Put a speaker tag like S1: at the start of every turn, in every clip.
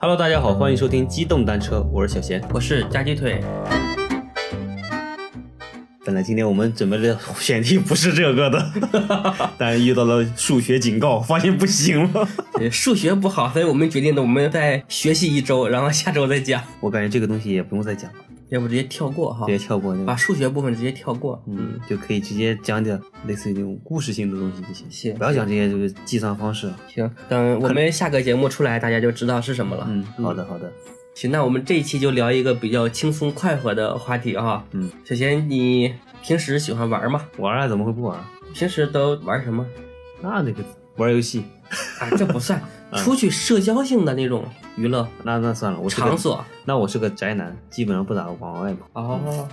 S1: Hello，大家好，欢迎收听机动单车，我是小贤。
S2: 我是炸鸡腿，
S1: 本来今天我们准备的 选题不是这个的， 但遇到了数学警告，发现不行了。
S2: 呃数学不好，所以我们决定的，我们再学习一周，然后下周再讲，
S1: 我感觉这个东西也不用再讲了，
S2: 要不直接跳过哈
S1: 直，接跳过那
S2: 把
S1: 个，
S2: 数学部分直接跳过。
S1: 嗯，就可以直接讲点类似于那种故事性的东西就行。
S2: 行
S1: 不要讲这些就是计算方式。啊
S2: 行，等我们下个节目出来，大家就知道是什么了。
S1: 嗯，好的，好的。
S2: 行，那我们这一期就聊一个比较轻松快活的话题啊。
S1: 嗯，
S2: 首先你平时喜欢玩吗？
S1: 玩啊，怎么会不玩？
S2: 平时都玩什么？
S1: 那那个玩游戏，
S2: 啊，这 不算出去社交性的那种娱乐
S1: 那那算了，嗯我是个
S2: 场所。
S1: 那我是个宅男，基本上不咋往外跑。
S2: 哦，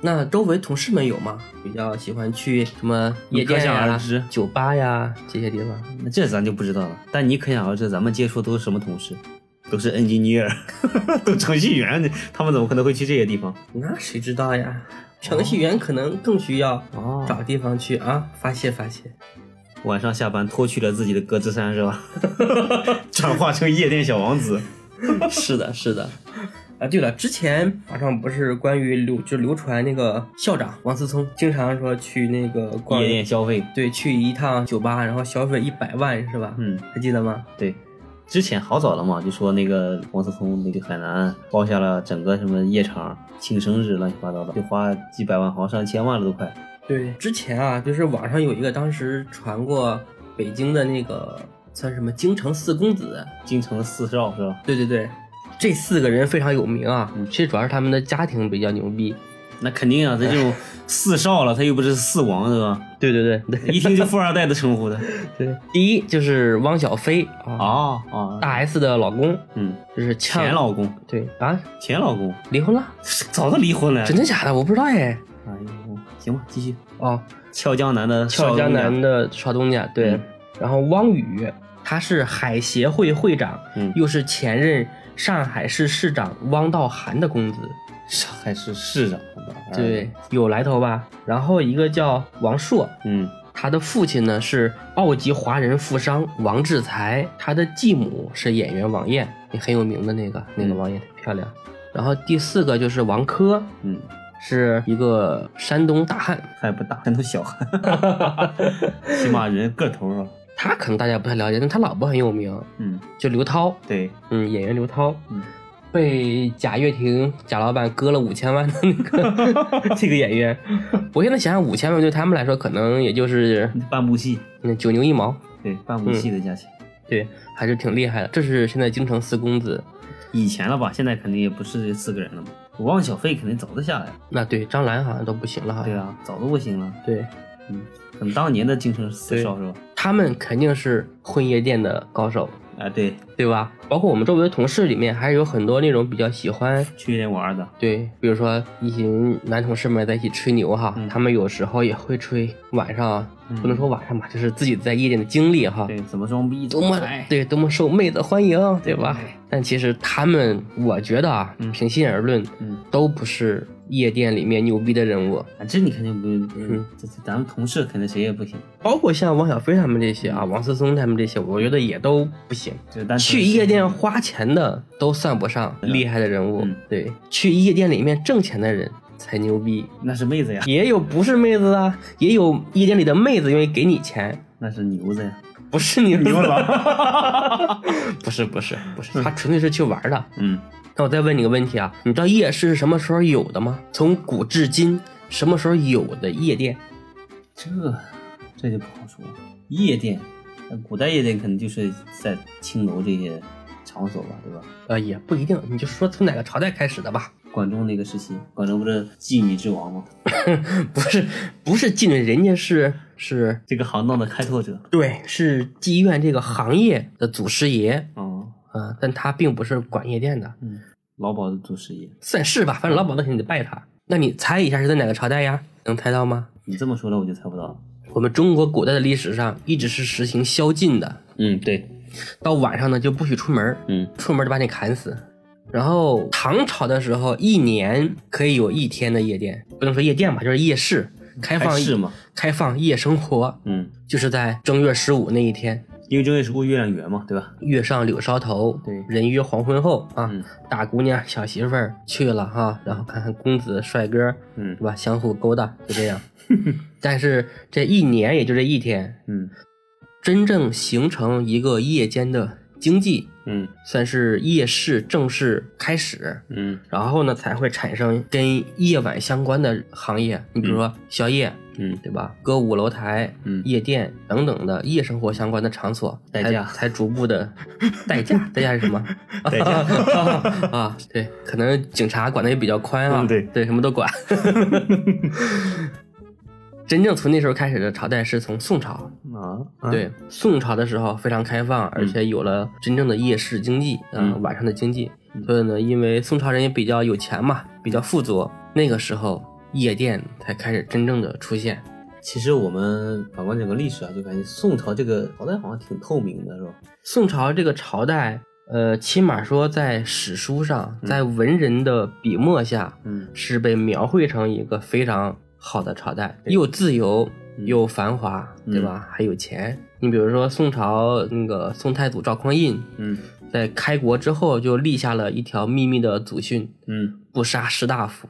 S2: 那周围同事们有吗？比较喜欢去什么夜店
S1: 可想
S2: 呀
S1: 而知、
S2: 酒吧呀这些地方？
S1: 那这咱就不知道了。但你可想而知，咱们接触都是什么同事？都是 engineer，都 程序员，他们怎么可能会去这些地方？
S2: 那谁知道呀？程序员可能更需要
S1: 哦
S2: 找地方去啊发泄发泄。
S1: 晚上下班脱去了自己的格子衫是吧？ 转化成夜店小王子。
S2: 是的，是的。啊，对了，之前网上不是关于流就流传那个校长王思聪经常说去那个逛
S1: 夜店消费。
S2: 对，去一趟酒吧，然后消费一百万是吧？
S1: 嗯，
S2: 还记得吗？
S1: 对。之前好早了嘛，就说那个王思聪那个海南包下了整个什么夜场、庆生日乱七八糟的，就花几百万，好像上千万了都快。
S2: 对，之前啊，就是网上有一个当时传过北京的那个算什么京城四公子，
S1: 京城四少是吧？
S2: 对对对，这四个人非常有名啊。其实主要是他们的家庭比较牛逼。
S1: 那肯定啊，他就四少了，他又不是四王是吧？
S2: 对对对
S1: 一听就富二代的称 呼的。
S2: 对， 第一就是汪小菲啊，
S1: 哦哦，
S2: 大 S 的老公，
S1: 嗯，
S2: 就是呛
S1: 前老公，
S2: 对啊，
S1: 前老公
S2: 离婚了，
S1: 早都离婚了。
S2: 真的假的？我不知道哎。
S1: 哎呦，行吧，继续。
S2: 哦，
S1: 俏江南的
S2: 俏江
S1: 少
S2: 南
S1: 东家，
S2: 的少东家对，
S1: 嗯
S2: 然后汪宇他是海协会会长，
S1: 嗯，
S2: 又是前任上海市市长汪道涵的公子，
S1: 上海市市长的，
S2: 对，，有来头吧？然后一个叫王朔，
S1: 嗯，
S2: 他的父亲呢是澳籍华人富商王志才，他的继母是演员王艳，也很有名的那个那个
S1: 嗯
S2: 王艳漂亮。然后第四个就是王珂，
S1: 嗯，
S2: 是一个山东 大汉，
S1: 还不大，还都小， 起码人个头啊，
S2: 他可能大家不太了解，但他老婆很有名，
S1: 嗯，
S2: 就刘涛，
S1: 对，
S2: 嗯，演员刘涛，
S1: 嗯，
S2: 被贾跃亭贾老板割了五千万的那 个这个演员，我现在想想五千万对他们来说可能也就是
S1: 半部戏，
S2: 嗯九牛一毛，
S1: 对，半部戏的价钱，
S2: 对，还是挺厉害的。这是现在京城四公子，
S1: 以前了吧，现在肯定也不是这四个人了嘛。汪小菲肯定早都下来了，
S2: 那对张兰好像都不行了哈，
S1: 对啊，早都不行了，
S2: 对
S1: 嗯，等当年的京城四少是吧？
S2: 他们肯定是混夜店的高手，
S1: 啊，对，
S2: 对吧？包括我们周围的同事里面，还有很多那种比较喜欢。
S1: 去年玩的，
S2: 对，比如说一群男同事们在一起吹牛哈，
S1: 嗯
S2: 他们有时候也会吹晚上，啊不能说晚上吧，就是自己在夜店的经历哈，
S1: 对，哎怎么装逼，
S2: 多么
S1: 来，
S2: 对，多么受妹子欢迎，对吧
S1: 对？
S2: 但其实他们，我觉得啊，
S1: 哎嗯
S2: 平心而论，
S1: 嗯，
S2: 都不是夜店里面牛逼的人物，
S1: 啊，这你肯定不，嗯，这这咱们同事肯定谁也不行，
S2: 包括像王小飞他们这些啊，王思聪他们这些，我觉得也都不行。
S1: 就单纯
S2: 去夜店花钱的都算不上厉害的人物，
S1: 嗯
S2: 对，去夜店里面挣钱的人才牛逼。
S1: 那是妹子 呀，
S2: 也有不是妹子啊，也有夜店里的妹子愿意给你钱，
S1: 那是牛子呀，
S2: 不是你
S1: 牛郎，
S2: 不是不是不是，他纯粹是去玩的。
S1: 嗯，
S2: 那我再问你个问题啊，你知道夜市是什么时候有的吗？从古至今，什么时候有的夜店？
S1: 这这就不好说，夜店，那古代夜店可能就是在青楼这些场所吧，对吧？
S2: 呃，也不一定，你就说从哪个朝代开始的吧。
S1: 管仲那个时期，管仲不是妓女之王吗？
S2: 不是不是妓女，人家是是，
S1: 这个行当的开拓者，
S2: 对，是妓院这个行业的祖师爷
S1: 哦，
S2: 啊、呃但他并不是管夜店的，
S1: 嗯，劳保的祖师爷，
S2: 算是吧，反正老鸨子肯定得拜他。那你猜一下是在哪个朝代呀？能猜到吗？
S1: 你这么说了我就猜不到了，
S2: 我们中国古代的历史上一直是实行宵禁的，
S1: 嗯，对，
S2: 到晚上呢就不许出门儿，
S1: 嗯，
S2: 出门就把你砍死。然后唐朝的时候，一年可以有一天的夜店，不能说夜店吧，就是夜市，开放
S1: 还是嘛，
S2: 开放夜生活，
S1: 嗯，
S2: 就是在正月十五那一天。
S1: 因为正月十五月亮圆嘛，对吧？
S2: 月上柳梢头，
S1: 对
S2: 人约黄昏后啊，
S1: 嗯
S2: 大姑娘小媳妇儿去了哈、然后看看公子帅哥，
S1: 嗯
S2: 是吧？相互勾搭，就这样。 但是这一年也就这一天，
S1: 嗯
S2: 真正形成一个夜间的经济，
S1: 嗯
S2: 算是夜市正式开始。
S1: 嗯
S2: 然后呢，才会产生跟夜晚相关的行业，你比如说宵夜，
S1: 嗯
S2: 对吧？歌舞楼台、
S1: 嗯
S2: 夜店等等的夜生活相关的场所，
S1: 代
S2: 才
S1: 驾
S2: 才逐 步的代驾，代驾是什么？
S1: 代驾
S2: 啊，对，可能警察管的也比较宽啊，
S1: 嗯对
S2: 对，什么都管。 真正从那时候开始的朝代是从宋朝，
S1: 啊，啊
S2: 对，宋朝的时候非常开放，而且有了真正的夜市经济，嗯、
S1: 嗯
S2: 晚上的经济。
S1: 嗯
S2: 所以呢，因为宋朝人也比较有钱嘛，比较富足，那个时候夜店才开始真正的出现。
S1: 其实我们反观整个历史啊，就感觉宋朝这个朝代好像挺透明的，是吧？
S2: 宋朝这个朝代，呃，起码说在史书上，
S1: 嗯
S2: 在文人的笔墨下，
S1: 嗯
S2: 是被描绘成一个非常好的朝代，
S1: 对
S2: 又自由
S1: 嗯
S2: 又繁华，对吧？还有钱。你比如说宋朝那个宋太祖赵匡胤，
S1: 嗯
S2: 在开国之后就立下了一条秘密的祖训：
S1: 嗯，
S2: 不杀士大夫。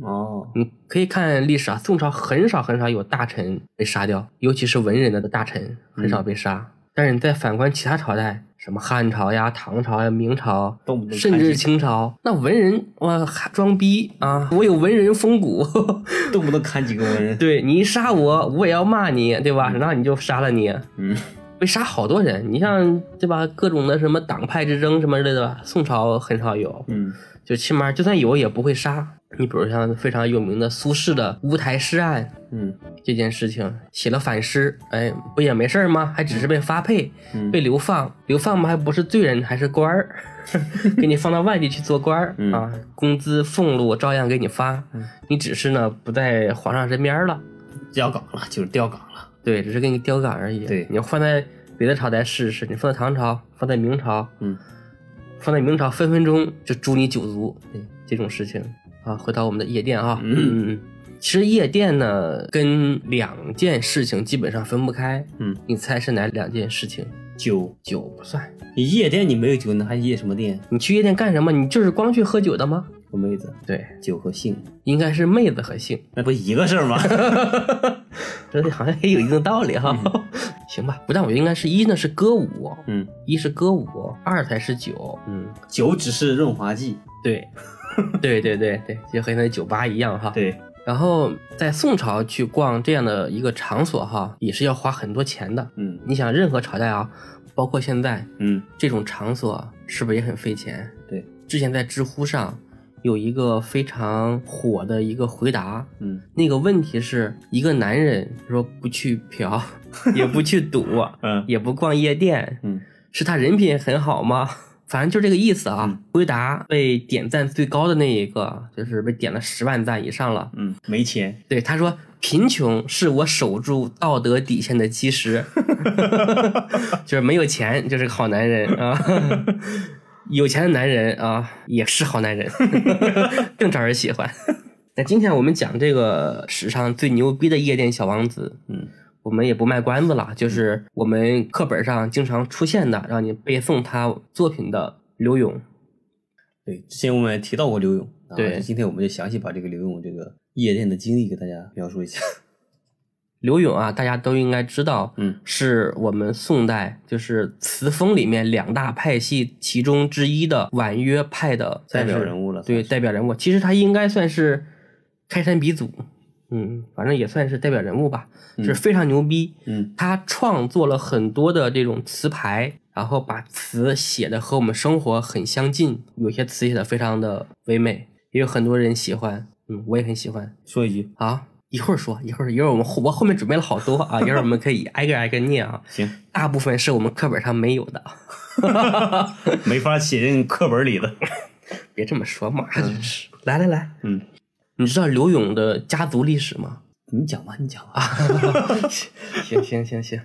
S1: 哦，
S2: 你可以看历史啊，宋朝很少很少有大臣被杀掉，尤其是文人的大臣很
S1: 嗯
S2: 少被杀。但是你再反观其他朝代，什么汉朝呀、唐朝呀、明朝，
S1: 动不动
S2: 甚至清朝，那文人哇还装逼 啊，我有文人风骨，
S1: 动不动砍几个文人，
S2: 对你一杀我，我也要骂你，对吧？那你就杀了你，
S1: 嗯
S2: 被杀好多人。你像对吧，各种的什么党派之争什么之类的，宋朝很少有。
S1: 嗯
S2: 就起码就算有也不会杀。你比如像非常有名的苏轼的乌台诗案
S1: 嗯
S2: 这件事情，写了反诗，哎，不也没事儿吗？还只是被发配、
S1: 嗯，
S2: 被流放，流放嘛还不是罪人，还是官儿， 给你放到外地去做官儿、
S1: 嗯
S2: 啊，工资俸禄照样给你发
S1: 嗯，
S2: 你只是呢不在皇上身边儿了，
S1: 调岗了，就是调岗了，
S2: 对，只是给你调岗而已。
S1: 对
S2: 你要放在别的朝代试试，你放在唐朝，放在明朝，
S1: 嗯
S2: 放在明朝分分钟就诛你九族，哎
S1: 对
S2: 这种事情啊。回到我们的夜店啊，
S1: 嗯
S2: 嗯嗯，其实夜店呢跟两件事情基本上分不开，
S1: 嗯，
S2: 你猜是哪两件事情？
S1: 酒，
S2: 酒不算，
S1: 你夜店你没有酒，那还夜什么店？
S2: 你去夜店干什么？你就是光去喝酒的吗？
S1: 和妹子，
S2: 对，
S1: 酒和性，
S2: 应该是妹子和 性，
S1: 那不一个事儿 吗？
S2: 这好像也有一定道理哈、 行吧，不但我应该是一呢是歌舞，
S1: 嗯，
S2: 一是歌舞，二才是酒，嗯，
S1: 酒只是润滑剂，
S2: 对，对对对对，就和那酒吧一样哈。
S1: 对，
S2: 然后在宋朝去逛这样的一个场所哈，也是要花很多钱的。
S1: 嗯
S2: 你想，任何朝代啊，包括现在
S1: 嗯
S2: 这种场所，是不是也很费钱？
S1: 对，
S2: 之前在知乎上有一个非常火的一个回答，
S1: 嗯
S2: 那个问题是一个男人说不去 嫖，也不去赌，
S1: 嗯
S2: 也不逛夜店，
S1: 嗯
S2: 是他人品很好吗？ 反正就这个意思啊。
S1: 嗯
S2: 回答被点赞最高的那一个，就是被点了十万赞以上了。
S1: 嗯，没钱，
S2: 对，他说贫穷是我守住道德底线的基石，就是没有钱就是个好男人啊，有钱的男人啊也是好男人， 更招人喜欢。 那今天我们讲这个史上最牛逼的夜店小王子，
S1: 嗯
S2: 我们也不卖关子了，就是我们课本上经常出现的，让你背诵他作品的刘勇。
S1: 对，之前我们也提到过刘勇，啊
S2: 对
S1: 今天我们就详细把这个刘勇这个夜店的经历给大家描述一下，
S2: 刘勇啊，大家都应该知道，
S1: 嗯
S2: 是我们宋代就是词风里面两大派系其中之一的婉约派的
S1: 代表
S2: 算是
S1: 人物了
S2: 对，
S1: 算是
S2: 代表人物，其实他应该算是开山鼻祖，嗯，反正也算是代表人物吧，是非常牛逼。
S1: 嗯
S2: 他创作了很多的这种词牌，然后把词写的和我们生活很相近，有些词写的非常的唯美，也有很多人喜欢，嗯，我也很喜欢。
S1: 说一句，
S2: 啊，一会儿说，一会儿一会儿我们后我后面准备了好多啊，一会儿我们可以挨个挨个念啊。
S1: 行，
S2: 大部分是我们课本上没有的，啊
S1: 没法写进课本里的，
S2: 别这么说嘛，真是。来来来，
S1: 嗯，
S2: 你知道刘勇的家族历史吗？
S1: 你讲吧，你讲吧，
S2: 行行行行，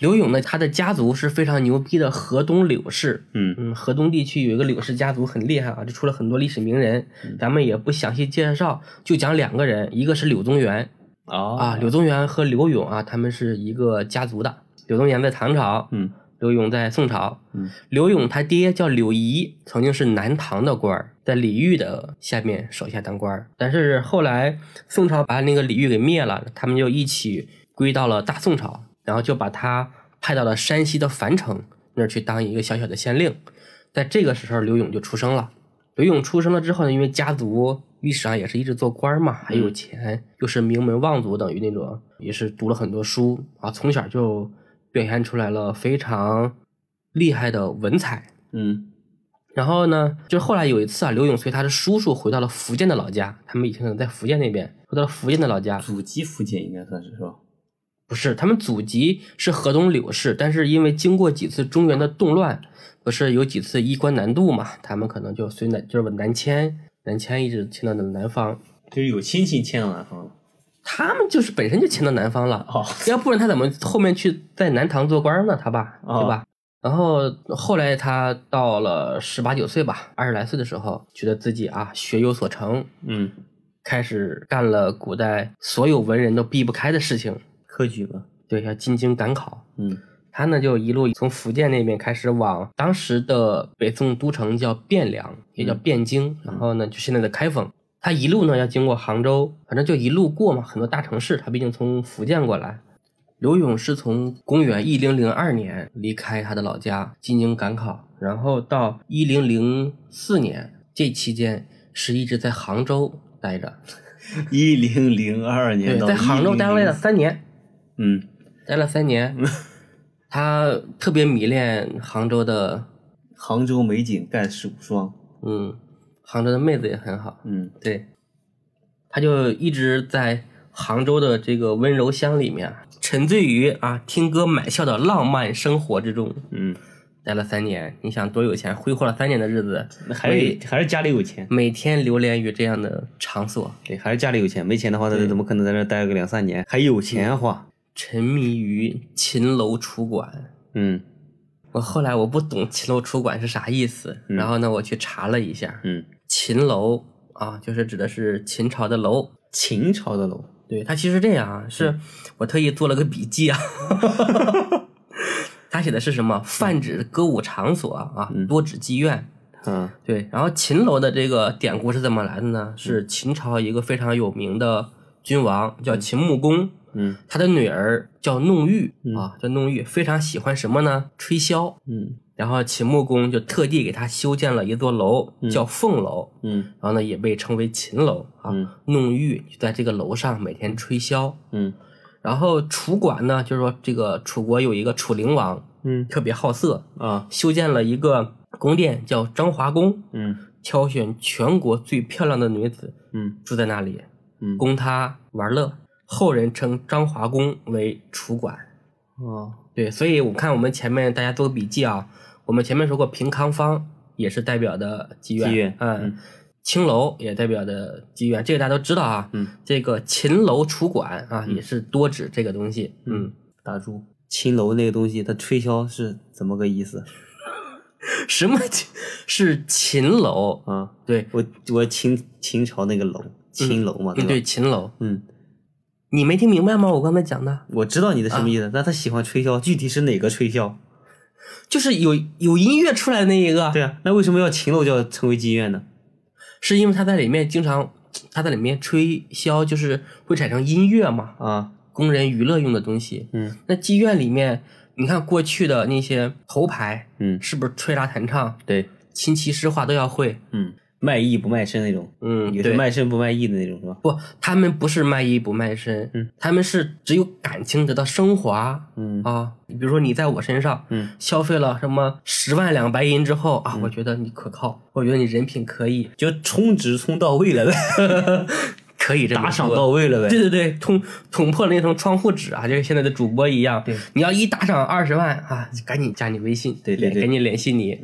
S2: 刘勇呢，他的家族是非常牛逼的河东柳氏。
S1: 嗯
S2: 嗯，河东地区有一个柳氏家族很厉害啊，就出了很多历史名人，咱们也不详细介绍，就讲两个人，一个是柳宗元
S1: 啊
S2: 啊，柳宗元和刘勇啊，他们是一个家族的。柳宗元在唐朝，
S1: 嗯
S2: 刘永在宋朝，
S1: 嗯
S2: 刘永他爹叫柳仪，曾经是南唐的官儿，在李煜的下面手下当官儿。但是后来宋朝把那个李煜给灭了，他们就一起归到了大宋朝，然后就把他派到了山西的樊城那儿去当一个小小的县令。在这个时候，刘永就出生了。刘永出生了之后呢，因为家族历史上也是一直做官儿嘛，还有钱，又是名门望族，等于那种也是读了很多书啊，从小就表现出来了非常厉害的文采。
S1: 嗯
S2: 然后呢，就后来有一次啊，刘永随他的叔叔回到了福建的老家，他们以前可能在福建那边，回到了福建的老家，
S1: 祖籍福建应该算是是吧？
S2: 不是，他们祖籍是河东柳氏，但是因为经过几次中原的动乱，不是有几次衣冠南渡嘛，他们可能就随南就是南迁，南迁一直迁到了南方，
S1: 就是有亲戚迁到南方了。
S2: 他们就是本身就迁到南方了，
S1: 哦，
S2: 要不然他怎么后面去在南唐做官呢？他爸，
S1: 哦
S2: 对吧？然后后来他到了十八九岁吧，二十来岁的时候，觉得自己啊学有所成，
S1: 嗯，
S2: 开始干了古代所有文人都避不开的事情，
S1: 科举吧。
S2: 对，要进京赶考。
S1: 嗯
S2: 他呢就一路从福建那边开始往当时的北宋都城叫汴梁，也叫汴京，然后呢就现在的开封。他一路呢要经过杭州，反正就一路过嘛，很多大城市。他毕竟从福建过来。刘永是从公元一零零二年离开他的老家进京赶考，然后到一零零四年这期间是一直在杭州待着，
S1: 一零零二
S2: 对
S1: 年，到
S2: 在杭州待了
S1: 1004
S2: 三年。
S1: 嗯，
S2: 待了三年，他特别迷恋杭州的，
S1: 杭州美景盖世无双。
S2: 嗯，杭州的妹子也很好，
S1: 嗯
S2: 对，他就一直在杭州的这个温柔乡里面沉醉于啊听歌买笑的浪漫生活之中，
S1: 嗯，
S2: 待了三年，你想多有钱，挥霍了三年的日子，
S1: 那还是还是家里有钱。
S2: 每天流连于这样的场所，
S1: 对，还是家里有钱，没钱的话，那怎么可能在这儿待个两三年？还有钱花，
S2: 沉迷于秦楼楚馆。
S1: 嗯
S2: 我后来我不懂秦楼楚馆是啥意思，
S1: 嗯
S2: 然后呢，我去查了一下，
S1: 嗯，
S2: 秦楼啊，就是指的是秦朝的楼。
S1: 秦朝的楼，
S2: 对，它其实这样啊，是我特意做了个笔记啊。他写的是什么？泛指歌舞场所啊，多指妓院。
S1: 嗯
S2: 对，然后秦楼的这个典故是怎么来的呢？是秦朝一个非常有名的君王叫秦穆公，
S1: 嗯
S2: 他的女儿叫弄玉啊，叫弄玉，非常喜欢什么呢？吹箫。
S1: 嗯
S2: 然后秦穆公就特地给他修建了一座楼，叫凤楼。
S1: 嗯
S2: 然后呢，也被称为秦楼啊。
S1: 嗯
S2: 弄玉就在这个楼上每天吹箫。
S1: 嗯
S2: 然后楚管呢，就是说这个楚国有一个楚灵王，
S1: 嗯
S2: 特别好色，
S1: 啊
S2: 修建了一个宫殿叫章华宫，
S1: 嗯
S2: 挑选全国最漂亮的女子
S1: 嗯
S2: 住在那里，
S1: 嗯
S2: 供她玩乐。后人称章华宫为楚馆。
S1: 啊
S2: 对，所以我看我们前面大家做个笔记啊，我们前面说过平康坊也是代表的妓院，
S1: 妓院
S2: 嗯
S1: 嗯，
S2: 青楼也代表的妓院，这个大家都知道啊。
S1: 嗯，
S2: 这个秦楼楚馆啊，也是多指这个东西。嗯，
S1: 打住！秦楼那个东西，它吹箫是怎么个意思
S2: 什么是秦楼？
S1: 啊？
S2: 对，
S1: 我我秦秦朝那个楼，秦楼嘛，
S2: 嗯，
S1: 对
S2: 对，
S1: 吧？
S2: 秦楼，
S1: 嗯，
S2: 你没听明白吗？我刚才讲的，
S1: 我知道你的什么意思，但他喜欢吹箫，具体是哪个吹箫？
S2: 就是有有音乐出来的那一个，
S1: 对啊，那为什么要秦楼就要成为妓院呢？
S2: 是因为他在里面经常他在里面吹箫，就是会产生音乐嘛。
S1: 啊，
S2: 工人娱乐用的东西。
S1: 嗯
S2: 那妓院里面，你看过去的那些头牌，
S1: 嗯，
S2: 是不是吹拉弹唱、
S1: 对，
S2: 琴棋诗画都要会？
S1: 嗯，卖艺不卖身那种，
S2: 嗯，
S1: 也是
S2: 对。
S1: 卖身不卖艺的那种，是吧？
S2: 不，他们不是卖艺不卖身，
S1: 嗯，
S2: 他们是只有感情得到升华
S1: 嗯
S2: 啊。你比如说你在我身上，
S1: 嗯，
S2: 消费了什么十万两白银之后啊，我觉得你可靠，我觉得你人品可以，
S1: 就充值充到位了 呗，
S2: 可以这么
S1: 打赏
S2: 说
S1: 到位了
S2: 对
S1: 呗。
S2: 对对，捅捅破了那层窗户纸啊，就跟现在的主播一样。
S1: 对，
S2: 你要一打赏二十万啊，赶紧加你微信，
S1: 对对对
S2: 赶紧联系你。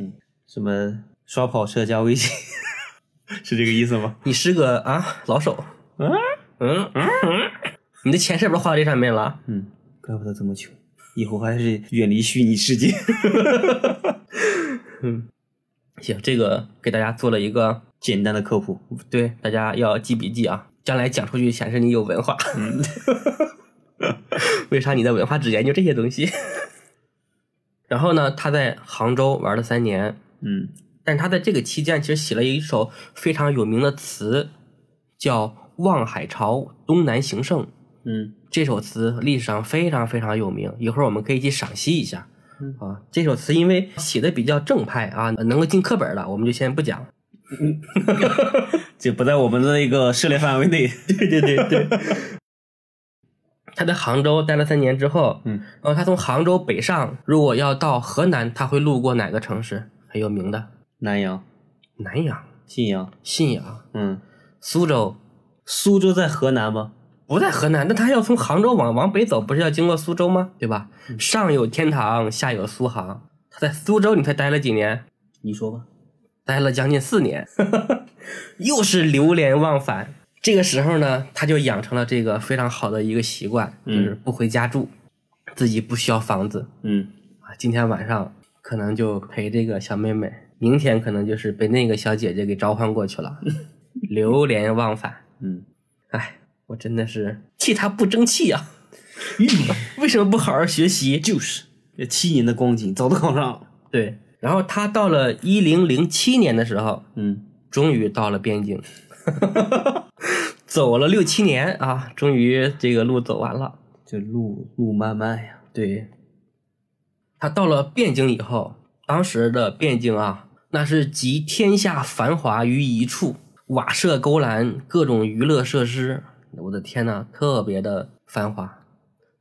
S1: 什么刷跑车加微信，是这个意思吗？
S2: 你是个啊老手，
S1: 嗯
S2: 嗯嗯，你的钱是不是花到这上面了？
S1: 嗯，怪不得这么穷，以后还是远离虚拟世界。
S2: 行，这个给大家做了一个，
S1: 简单的科普，
S2: 对大家要记笔记啊，将来讲出去显示你有文化。 为啥你的文化只研究这些东西？ 然后呢，他在杭州玩了三年，
S1: 嗯
S2: 但是他在这个期间其实写了一首非常有名的词，叫《望海潮东南行胜》。
S1: 嗯
S2: 这首词历史上非常非常有名，一会儿我们可以去赏析一下
S1: 嗯。
S2: 啊，这首词因为写的比较正派啊，能够进课本的，我们就先不讲。
S1: 这不在我们的那个涉猎范围内。
S2: 对对对对。他在杭州待了三年之后，
S1: 嗯，
S2: 然后他从杭州北上，如果要到河南，他会路过哪个城市？很有名的
S1: 南阳、
S2: 南阳、
S1: 信阳，
S2: 信阳、
S1: 嗯，
S2: 苏州，
S1: 苏州在河南吗？
S2: 不在河南，那他要从杭州往往北走，不是要经过苏州吗？对吧？
S1: 嗯
S2: 上有天堂，下有苏杭。他在苏州，你猜待了几年？
S1: 你说吧。
S2: 待了将近 四年，又是流连忘返。这个时候呢，他就养成了这个非常好的一个习惯，就
S1: 嗯
S2: 是不回家住，自己不需要房子
S1: 嗯
S2: 啊。今天晚上可能就陪这个小妹妹，明天可能就是被那个小姐姐给召唤过去了，流连忘返。
S1: 嗯，
S2: 哎，我真的是替他不争气啊！为什么不好好学习？就是
S1: 这七年的光景早都考上了。
S2: 对。然后他到了一零零七年的时候，
S1: 嗯
S2: 终于到了边境， 走了六七年啊，终于这个路走完了。
S1: 这路路漫漫呀。
S2: 对，他到了汴京以后，当时的汴京啊，那是集天下繁华于一处，瓦舍勾栏，各种娱乐设施，我的天呐，特别的繁华。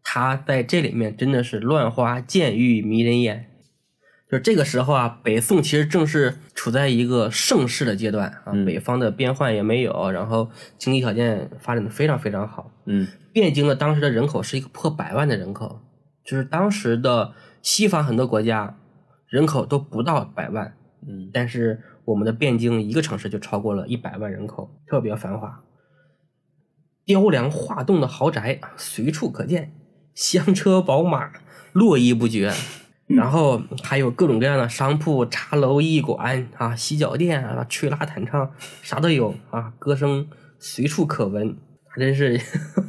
S2: 他在这里面真的是乱花渐欲迷人眼。就这个时候啊，北宋其实正是处在一个盛世的阶段啊，
S1: 嗯
S2: 北方的边患也没有，然后经济条件发展的非常非常好。
S1: 嗯
S2: 汴京的当时的人口是一个破百万的人口，就是当时的西方很多国家人口都不到百万，
S1: 嗯
S2: 但是我们的汴京一个城市就超过了一百万人口，特别繁华。雕梁画栋的豪宅啊随处可见，香车宝马络绎不绝，然后还有各种各样的商铺、茶楼、艺馆啊、洗脚店啊、吹拉弹唱，啥都有啊，歌声随处可闻，还真是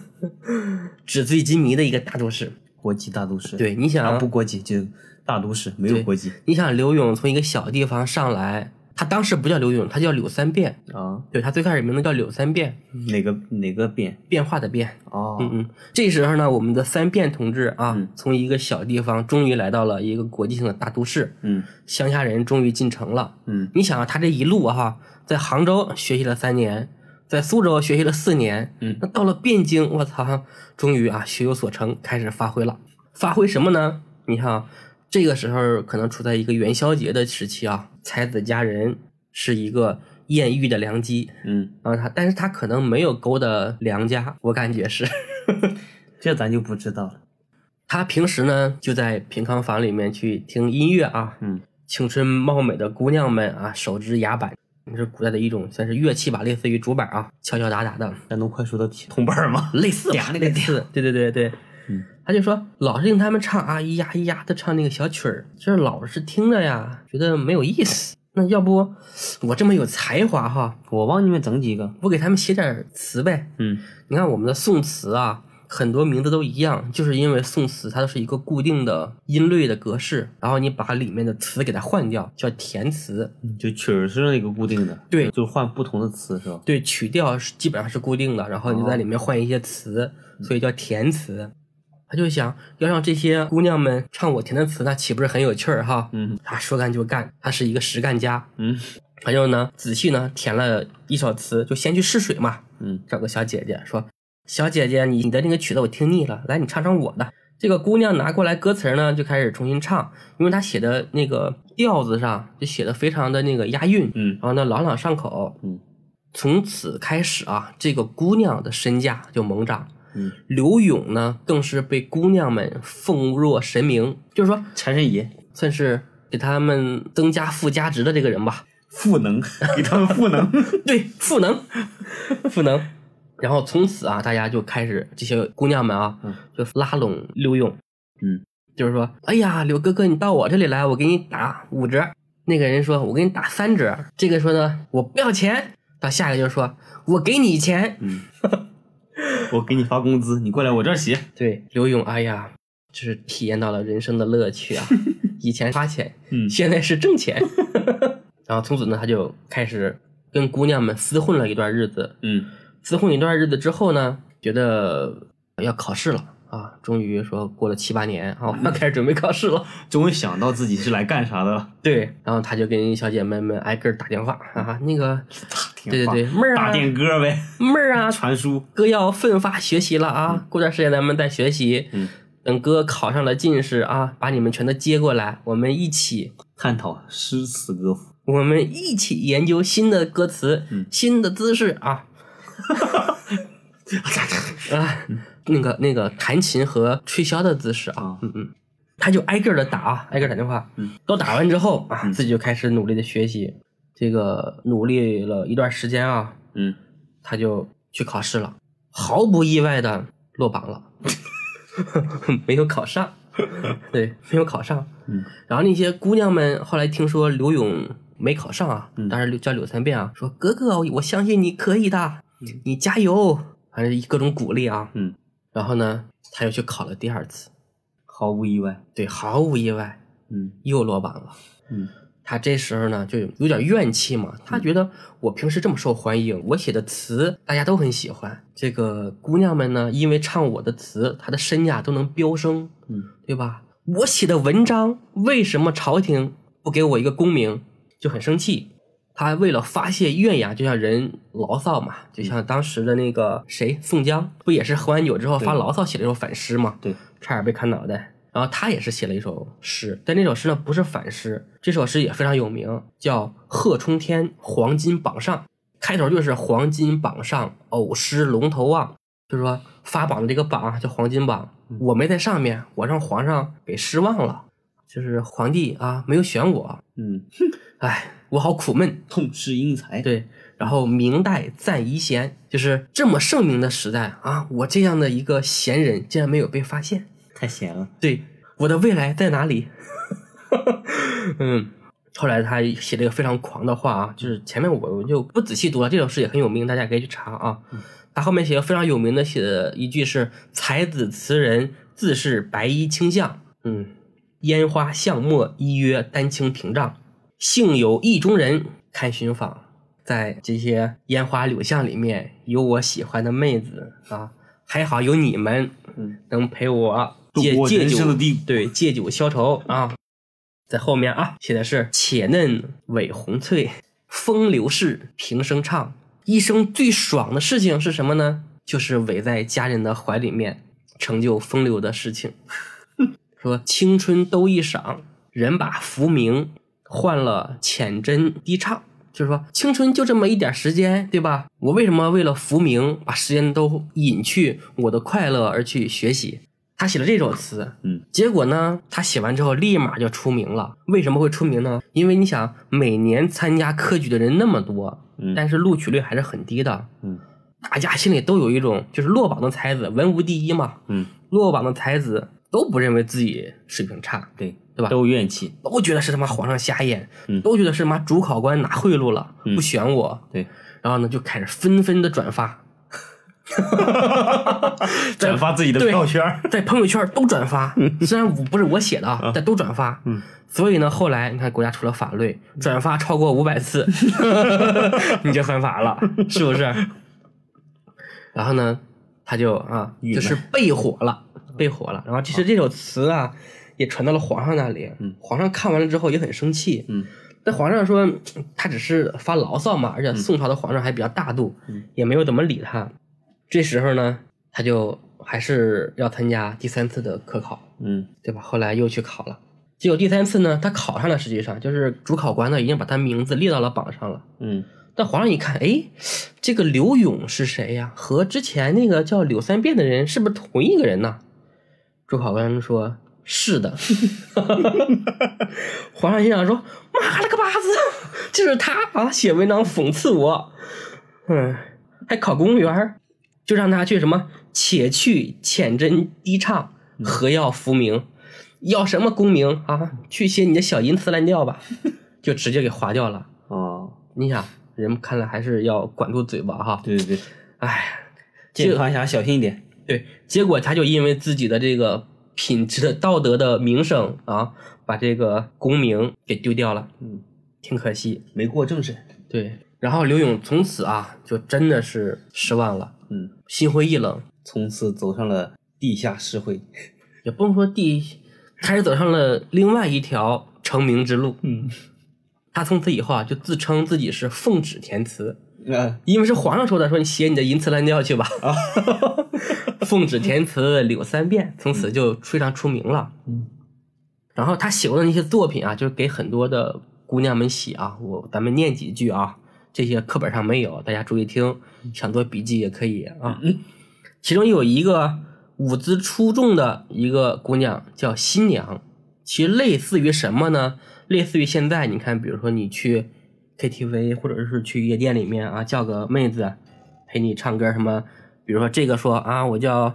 S2: 纸醉金迷的一个大都市。
S1: 国际大都市。
S2: 对，你想
S1: 啊，不国际就大都市，没有
S2: 对
S1: 国际
S2: 你想刘勇从一个小地方上来，他当时不叫刘勇，他叫柳三变。
S1: 啊。
S2: 对他最开始名字叫柳三变，
S1: 哪个哪个变？
S2: 变化的变。
S1: 哦，
S2: 嗯嗯，这时候呢，我们的三变同志啊，
S1: 嗯
S2: 从一个小地方终于来到了一个国际性的大都市，
S1: 嗯
S2: 乡下人终于进城了。
S1: 嗯
S2: 你想啊，他这一路啊哈、在杭州学习了三年，在苏州学习了四年，
S1: 嗯
S2: 那到了汴京，我操，终于啊学有所成，开始发挥了。发挥什么呢？你看啊，这个时候可能处在一个元宵节的时期啊，才子佳人是一个艳遇的良机。
S1: 嗯，
S2: 然后他，但是他可能没有勾搭良家，我感觉是。
S1: 这咱就不知道了。
S2: 他平时呢就在平康坊里面去听音乐啊，
S1: 嗯，
S2: 青春貌美的姑娘们啊，手执牙板，这是古代的一种算是乐器吧，类似于竹板啊，敲敲打打的，
S1: 山东快书的同伴儿吗？
S2: 类似吧，类似，对对对对，
S1: 嗯，
S2: 他就说老是听他们唱啊咿呀咿呀的唱那个小曲儿，就是老是听着呀，觉得没有意思。那要不我这么有才华哈，
S1: 我帮你们整几个。
S2: 我给他们写点词呗，
S1: 嗯
S2: 你看我们的宋词啊，很多名字都一样，就是因为宋词它都是一个固定的音律的格式，然后你把里面的词给它换掉，叫填词。
S1: 嗯就曲儿是那个固定的，
S2: 对
S1: 就是换不同的词是吧？
S2: 对，曲调是基本上是固定的，然后你在里面换一些词，所以叫填词。他就想要让这些姑娘们唱我填的词，那岂不是很有趣儿哈？
S1: 嗯
S2: 他说干就干，他是一个实干家。
S1: 嗯
S2: 他就呢，仔细呢填了一首词，就先去试水嘛。
S1: 嗯
S2: 找个小姐姐说：“小姐姐，你你的那个曲子我听腻了，来你唱唱我的。”这个姑娘拿过来歌词儿呢，就开始重新唱，因为她写的那个调子上就写的非常的那个押韵，
S1: 嗯
S2: 然后呢朗朗上口。
S1: 嗯
S2: 从此开始啊，这个姑娘的身价就猛涨。
S1: 嗯，
S2: 刘勇呢，更是被姑娘们奉若神明，就是说
S1: 财神爷
S2: 算是给他们增加附加值的这个人吧。
S1: 赋 能，给他们赋能。
S2: 对，赋能，赋能。然后从此啊，大家就开始这些姑娘们啊
S1: 嗯，
S2: 就拉拢刘勇，
S1: 嗯，
S2: 就是说，哎呀，刘哥哥，你到我这里来，我给你打五折。那个人说，我给你打三折。这个说呢，我不要钱。到下一个就说，我给你钱。
S1: 嗯嗯，我给你发工资，你过来我这儿写。
S2: 对，刘勇，哎呀，就是体验到了人生的乐趣啊。以前花钱，
S1: 嗯
S2: 现在是挣钱。 然后从此呢，他就开始跟姑娘们厮混了一段日子。
S1: 嗯
S2: 厮混一段日子之后呢，觉得要考试了啊，终于说过了七八年啊，我要开始准备考试了。
S1: 终于想到自己是来干啥的了。
S2: 对，然后他就跟小姐妹们挨个儿打电话啊，那个对对对，妹儿
S1: 打
S2: 啊，
S1: 电歌呗，
S2: 妹儿啊，
S1: 传输。
S2: 哥要奋发学习了啊！过段时间咱们再学习。
S1: 嗯，
S2: 等哥考上了进士啊，把你们全都接过来，我们一起，
S1: 探讨诗词歌赋，
S2: 我们一起研究新的歌词、
S1: 嗯
S2: 新的姿 势啊。啊，那个那个弹琴和吹箫的姿势啊
S1: 啊，
S2: 嗯嗯，他就挨个的打啊，挨个打电话，
S1: 嗯，
S2: 都打完之后啊，
S1: 嗯
S2: 自己就开始努力的学习。这个努力了一段时间啊，
S1: 嗯，
S2: 他就去考试了，毫不意外的落 榜了，没有考上，对，没有考上。
S1: 嗯，
S2: 然后那些姑娘们后来听说刘勇没考上啊，
S1: 嗯
S2: 当然叫柳三变啊，说哥哥，我相信你可以的，你加油，反正各种鼓励啊。
S1: 嗯，
S2: 然后呢，他又去考了第二次，
S1: 毫无意外。
S2: 对，毫无意外
S1: 嗯
S2: 又落榜了。
S1: 嗯
S2: 他这时候呢就有点怨气嘛，他觉得我平时这么受欢迎，我写的词大家都很喜欢，这个姑娘们呢，因为唱我的词，她的身价都能飙升，
S1: 嗯
S2: 对吧？我写的文章为什么朝廷不给我一个功名，就很生气。他为了发泄怨言，就像人牢骚嘛，
S1: 嗯
S2: 就像当时的那个谁宋江，不也是喝完酒之后发
S1: 对
S2: 牢骚写了一首反诗嘛？
S1: 对，
S2: 差点被砍脑袋。然后他也是写了一首诗，但那首诗呢不是反诗，这首诗也非常有名，叫《贺冲天黄金榜上》。开头就是“黄金榜上偶失龙头望”，就是说发榜的这个榜啊叫黄金榜，我没在上面，我让皇上给失望了，就是皇帝啊没有选我，
S1: 嗯，
S2: 哎，我好苦闷。
S1: 痛失英才。，
S2: 对，然后明代赞遗贤，就是这么盛名的时代啊，我这样的一个贤人竟然没有被发现。
S1: 太闲了。
S2: 对，我的未来在哪里？ 嗯，后来他写了一个非常狂的话啊，就是前面我我就不仔细读了，这首诗也很有名，大家可以去查啊。
S1: 嗯
S2: 他后面写个非常有名的写的一句是“才子词人自是白衣卿相”，嗯，烟花巷陌依约丹青屏障，幸有意中人看寻访。在这些烟花柳巷里面，有我喜欢的妹子啊，还好有你们
S1: 嗯
S2: 能陪我
S1: 度
S2: 借
S1: 过
S2: 借
S1: 人生
S2: 酒
S1: 的低谷
S2: 对借酒消愁啊。在后面啊，写的是“且嫩委红翠，风流事平生唱”。一生最爽的事情是什么呢？就是围在家人的怀里面，成就风流的事情。 说青春都一晌，人把浮名换了浅斟低唱。就是说，青春就这么一点时间，对吧？我为什么为了浮名，把时间都隐去我的快乐而去学习？他写了这首词，
S1: 嗯，
S2: 结果呢，他写完之后立马就出名了。为什么会出名呢？因为你想，每年参加科举的人那么多，
S1: 嗯
S2: 但是录取率还是很低的。
S1: 嗯
S2: 大家心里都有一种，就是落榜的才子，文无第一嘛。
S1: 嗯，
S2: 落榜的才子都不认为自己水平差，
S1: 对
S2: 对吧
S1: 都有怨气。
S2: 都觉得是他妈皇上瞎眼，
S1: 嗯
S2: 都觉得是他妈主考官拿贿赂了，
S1: 嗯
S2: 不选我。
S1: 对，
S2: 然后呢，就开始纷纷的转发，
S1: 转发自己的
S2: 对
S1: 朋友圈 儿。
S2: 在朋友圈都转发，虽然我不是我写的啊，但都转发。
S1: 嗯，
S2: 所以呢，后来你看国家出了法律，转发超过五百 次，你就犯法了，是不是？然后呢，他就啊，
S1: 郁闷嗯
S2: 就是被火了，被火了。然后其实这首词啊，也传到了皇上那里。
S1: 嗯
S2: 皇上看完了之后也很生气。
S1: 嗯
S2: 但皇上说他只是发牢骚嘛，而且宋朝的皇上还比较大度，
S1: 嗯
S2: 也没有怎么理他。这时候呢，他就还是要参加第三次的科考，
S1: 嗯
S2: 对吧？后来又去考了，结果第三次呢，他考上了，实际上就是主考官呢已经把他名字列到了榜上了。
S1: 嗯
S2: 但皇上一看，哎，这个刘勇是谁呀？和之前那个叫柳三变的人是不是同一个人呢？主考官说：“是的。” 皇上心想说：“妈了个巴子，就是他啊！写文章讽刺我，嗯，还考公务员儿，就让他去什么且去浅斟低唱，何要浮名？要什么功名啊？去写你的小淫词滥调吧！” 就直接给划掉了。
S1: 哦，
S2: 你想，人看来还是要管住嘴巴哈。
S1: 对对对，
S2: 哎，
S1: 键盘侠小心一点。
S2: 对，结果他就因为自己的这个品质的道德的名声啊，把这个功名给丢掉了，
S1: 嗯，
S2: 挺可惜。
S1: 没过正审，
S2: 对，然后刘勇从此啊，就真的是失望了，
S1: 嗯，
S2: 心灰意冷，
S1: 从此走上了地下社会，
S2: 也不能说第，开始走上了另外一条成名之路。
S1: 嗯，
S2: 他从此以后啊，就自称自己是奉旨填词，
S1: 啊
S2: 因为是皇上说的，说你写你的淫词滥调去吧。
S1: 啊，
S2: 奉旨填词柳三变，从此就非常出名了。
S1: 嗯，
S2: 然后他写过的那些作品啊，就是给很多的姑娘们写啊，我咱们念几句啊，这些课本上没有，大家注意听，想做笔记也可以啊。其中有一个舞姿出众的一个姑娘叫新娘，其实类似于什么呢？类似于现在你看，比如说你去 KTV 或者是去夜店里面啊，叫个妹子陪你唱歌什么，比如说这个说啊我叫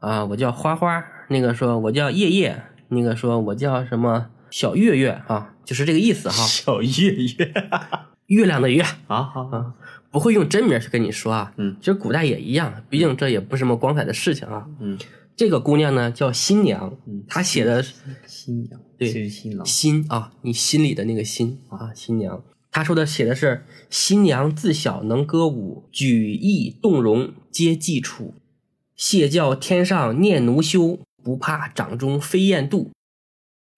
S2: 啊我叫花花，那个说我叫叶叶，那个说我叫什么小月月啊，就是这个意思哈，
S1: 小月月
S2: 月亮的月。
S1: 啊，好啊，
S2: 不会用真名去跟你说啊，
S1: 嗯
S2: 其实古代也一样，毕竟这也不是什么光彩的事情啊，
S1: 嗯，
S2: 这个姑娘呢叫新娘
S1: 嗯，
S2: 她写的
S1: 新娘，
S2: 对
S1: 这是新郎，
S2: 新啊，你心里的那个心啊，新娘。她说的写的是新娘自小能歌舞，举意动容皆记处。谢教天上念奴羞，不怕掌中飞燕妒。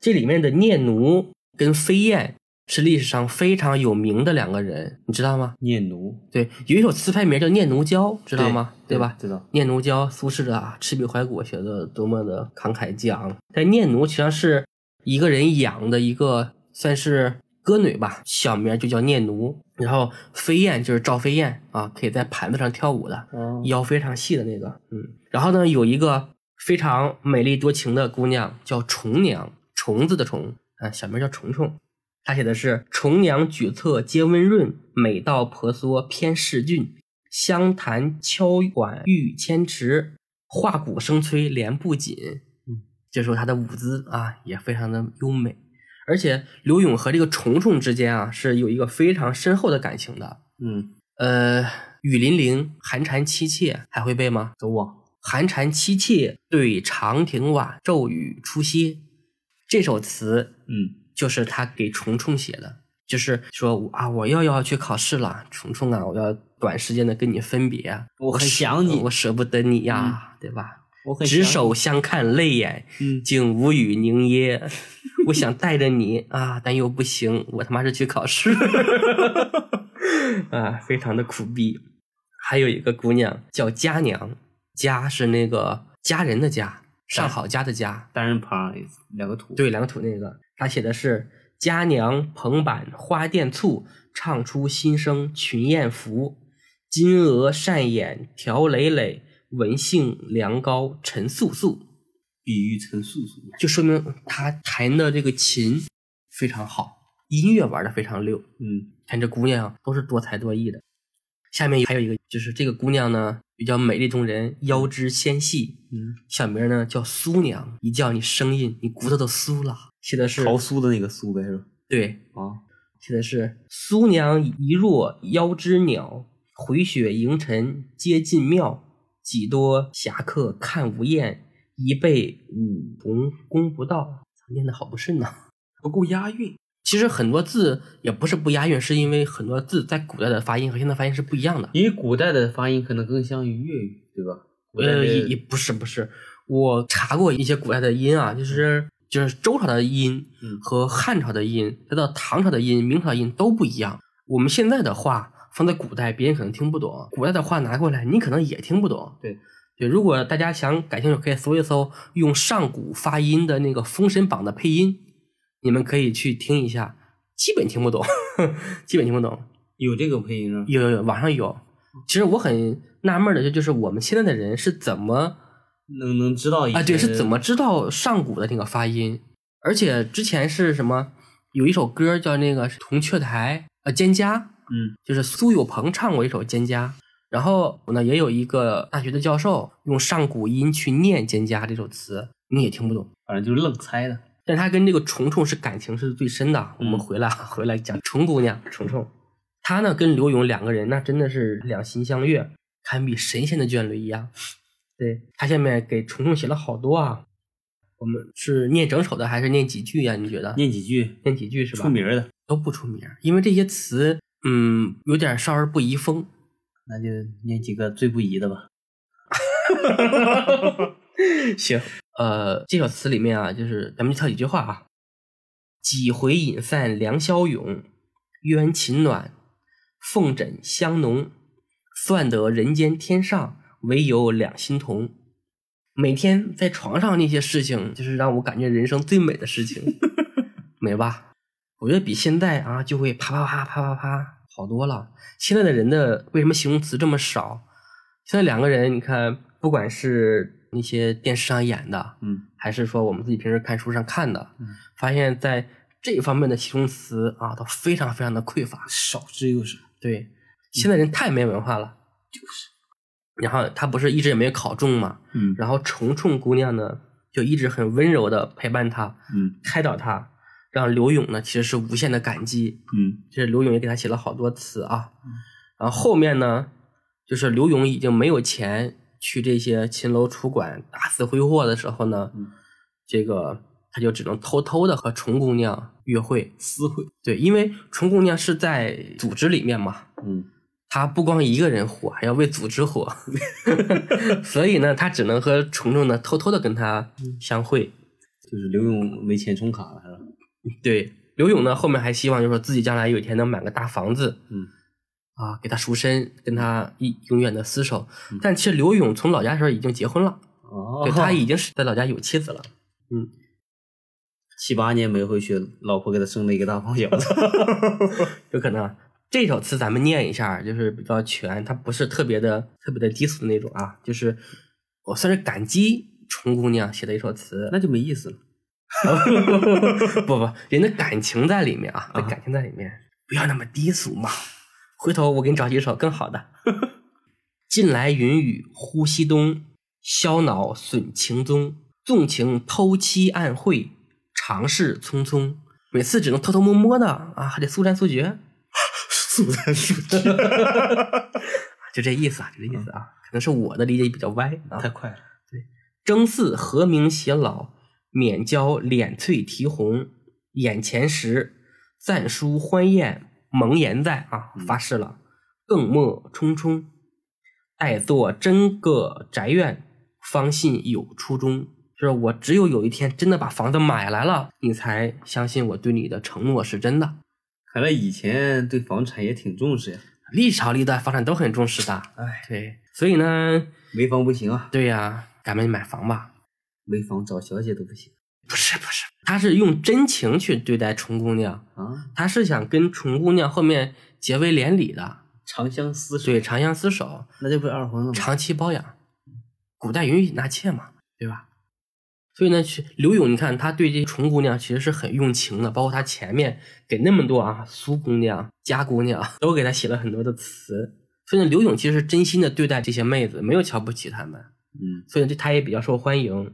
S2: 这里面的念奴跟飞燕是历史上非常有名的两个人，你知道吗？
S1: 念奴，
S2: 对，有一首词牌名叫《念奴娇》，知
S1: 知
S2: 道吗？对吧？
S1: 知道，
S2: 念奴娇，苏轼的啊，赤壁怀古写的多么的慷慨激昂。但念奴实际上是一个人养的一个算是歌女吧，小名就叫念奴。然后飞燕就是赵飞燕啊，可以在盘子上跳舞的，
S1: 哦，
S2: 腰非常细的那个。嗯，然后呢，有一个非常美丽多情的姑娘叫虫娘，虫子的虫啊，小名叫虫虫。她写的是“虫娘举侧皆温润，美到婆娑偏世俊。湘潭敲碗欲千池，画骨生摧莲不紧。”
S1: 嗯，
S2: 这时候她的舞姿啊也非常的优美，而且刘永和这个虫虫之间啊是有一个非常深厚的感情的。
S1: 嗯，
S2: 呃，雨霖铃，寒蝉凄切，还会背吗？
S1: 都忘，
S2: 寒蝉凄切，对长亭晚，骤雨初歇。这首词
S1: 嗯
S2: 就是他给虫虫写的，就是说啊，我又要去考试了，虫虫啊，我要短时间的跟你分别啊，
S1: 我很
S2: 舍
S1: 想你
S2: 我舍不得你呀、对吧？
S1: 我很
S2: 执
S1: 想
S2: 手相看泪眼，
S1: 嗯
S2: 竟无语凝噎。我想带着你啊，但又不行，我他妈是去考试， 啊，非常的苦逼。还有一个姑娘叫佳娘，佳是那个佳人的佳，上好佳的佳，
S1: 单人旁两个土，
S2: 对，两个土那个，她写的是佳娘蓬板花钿簇，唱出新声群雁服。金娥善眼调累累，文性良高陈素素。
S1: 比喻陈素素，
S2: 就说明他弹的这个琴非常好，音乐玩的非常溜。
S1: 嗯
S2: 看这姑娘都是多才多艺的。下面还有一个，就是这个姑娘呢比较美丽动人，腰肢纤细，
S1: 嗯，
S2: 小名呢叫苏娘，一叫你声音，你骨头都酥了。写的是
S1: 桃酥的那个酥呗是吧？
S2: 对，
S1: 啊，
S2: 写的是苏娘一若腰之鸟，回雪迎尘皆进庙。几多侠客看无厌，一被舞红攻不到。念的好不顺呐、
S1: 不够押韵，
S2: 其实很多字也不是不押韵，是因为很多字在古代的发音和现在发音是不一样的。
S1: 因为古代的发音可能更像于粤语，对吧？古代
S2: 呃，
S1: 的
S2: 也也不是不是，我查过一些古代的音啊，就是就是周朝的音
S1: 嗯
S2: 和汉朝的音，再到唐朝的音、明朝的音都不一样。我们现在的话放在古代，别人可能听不懂；古代的话拿过来，你可能也听不懂。
S1: 对
S2: 对，如果大家想感兴趣，可以搜一搜用上古发音的那个《封神榜》的配音，你们可以去听一下，基本听不懂， 基本听不懂。
S1: 有这个配音啊，
S2: 有有有，网上有。其实我很纳闷的，就就是我们现在的人是怎么
S1: 能能知道一
S2: 啊？对，
S1: 些
S2: 是怎么知道上古的那个发音？而且之前是什么？有一首歌叫那个《铜雀台》呃，《蒹葭》，
S1: 嗯
S2: 就是苏有朋唱过一首《蒹葭》，然后呢，也有一个大学的教授用上古音去念《蒹葭》这首词，你也听不懂。
S1: 反正就是愣猜的，
S2: 但他跟这个虫虫是感情是最深的。
S1: 嗯
S2: 我们回来啊回来讲虫姑娘虫虫，她呢跟刘勇两个人那真的是两心相悦，堪比神仙的眷侣一样。对他下面给虫虫写了好多啊，我们是念整首的还是念几句呀？你觉得？
S1: 念几句
S2: 念几句是吧？
S1: 出名儿的，
S2: 都不出名儿，因为这些词，嗯，有点少儿不宜风。
S1: 那就念几个最不宜的 吧。
S2: 行，呃，这首词里面啊，就是咱们就挑几句话啊：几回饮饭良宵咏，冤情暖，凤枕香浓。算得人间天上，唯有两心同。每天在床上那些事情，就是让我感觉人生最美的事情，美吧？我觉得比现在啊，就会啪啪啪啪啪啪好多了。现在的人的为什么形容词这么少？现在两个人，你看，不管是那些电视上演的，
S1: 嗯，
S2: 还是说我们自己平时看书上看的，
S1: 嗯
S2: 发现在这方面的形容词啊，都非常非常的匮乏。
S1: 少之又少。
S2: 对，现在人太没文化了，就是。然后他不是一直也没有考中嘛，
S1: 嗯
S2: 然后虫虫姑娘呢，就一直很温柔的陪伴他，
S1: 嗯
S2: 开导他，让刘勇呢其实是无限的感激。
S1: 嗯
S2: 这刘勇也给他写了好多词啊。然后后面呢，就是刘勇已经没有钱去这些秦楼楚馆大肆挥霍的时候呢，
S1: 嗯
S2: 这个他就只能偷偷的和虫姑娘约会私会。对，因为虫姑娘是在组织里面嘛，
S1: 嗯
S2: 她不光一个人火，还要为组织火， 所以呢，他只能和虫虫呢偷偷的跟他相会。
S1: 就是刘勇没钱充卡了是吧？
S2: 对，刘勇呢后面还希望就是说自己将来有一天能买个大房子，
S1: 嗯
S2: 啊，给他赎身，跟他一永远的厮守
S1: 嗯。
S2: 但其实刘勇从老家的时候已经结婚了，
S1: 哦
S2: 对他已经是在老家有妻子了。
S1: 七八年没回去，老婆给他生了一个大胖小子。
S2: 有可能啊这首词咱们念一下，就是比较全，它不是特别的特别的低俗的那种啊，就是我算是感激虫姑娘写的一首词。
S1: 那就没意思 了。
S2: 不不，人的感情在里面啊，那感情在里面，不要那么低俗嘛。回头我给你找几首更好的。 近来云雨忽西东，萧恼损情踪。纵情偷妻暗会，常事匆匆。每次只能偷偷摸摸的啊，还得速战速决，
S1: 速战速决，
S2: 就这意思啊，就这意思啊。可能是我的理解比较歪啊。
S1: 太快了。
S2: 争似和鸣偕老，免教敛翠啼红。眼前时，暂书欢宴，蒙言在啊，发誓了，更莫匆匆。待作真个宅院，方信有初衷。就是我只有有一天真的把房子买来了，你才相信我对你的承诺是真的。
S1: 看来以前对房产也挺重视呀。
S2: 历朝历代房产都很重视的，
S1: 哎，
S2: 对，所以呢，
S1: 没房不行啊，
S2: 对呀、咱们买房吧，
S1: 没房找小姐都不行
S2: 不是不是，他是用真情去对待虫姑娘，
S1: 啊。
S2: 他是想跟虫姑娘后面结为连理的，
S1: 长相厮守，
S2: 对，长相厮守，
S1: 那就不是二婚了吗？
S2: 长期包养，古代允许纳妾嘛，对吧？所以呢，去刘勇，你看他对这虫姑娘其实是很用情的，包括他前面给那么多啊苏姑娘、佳姑娘 都给他写了很多的词，所以呢，刘勇其实是真心的对待这些妹子，没有瞧不起她们，
S1: 嗯，
S2: 所以呢，这他也比较受欢迎。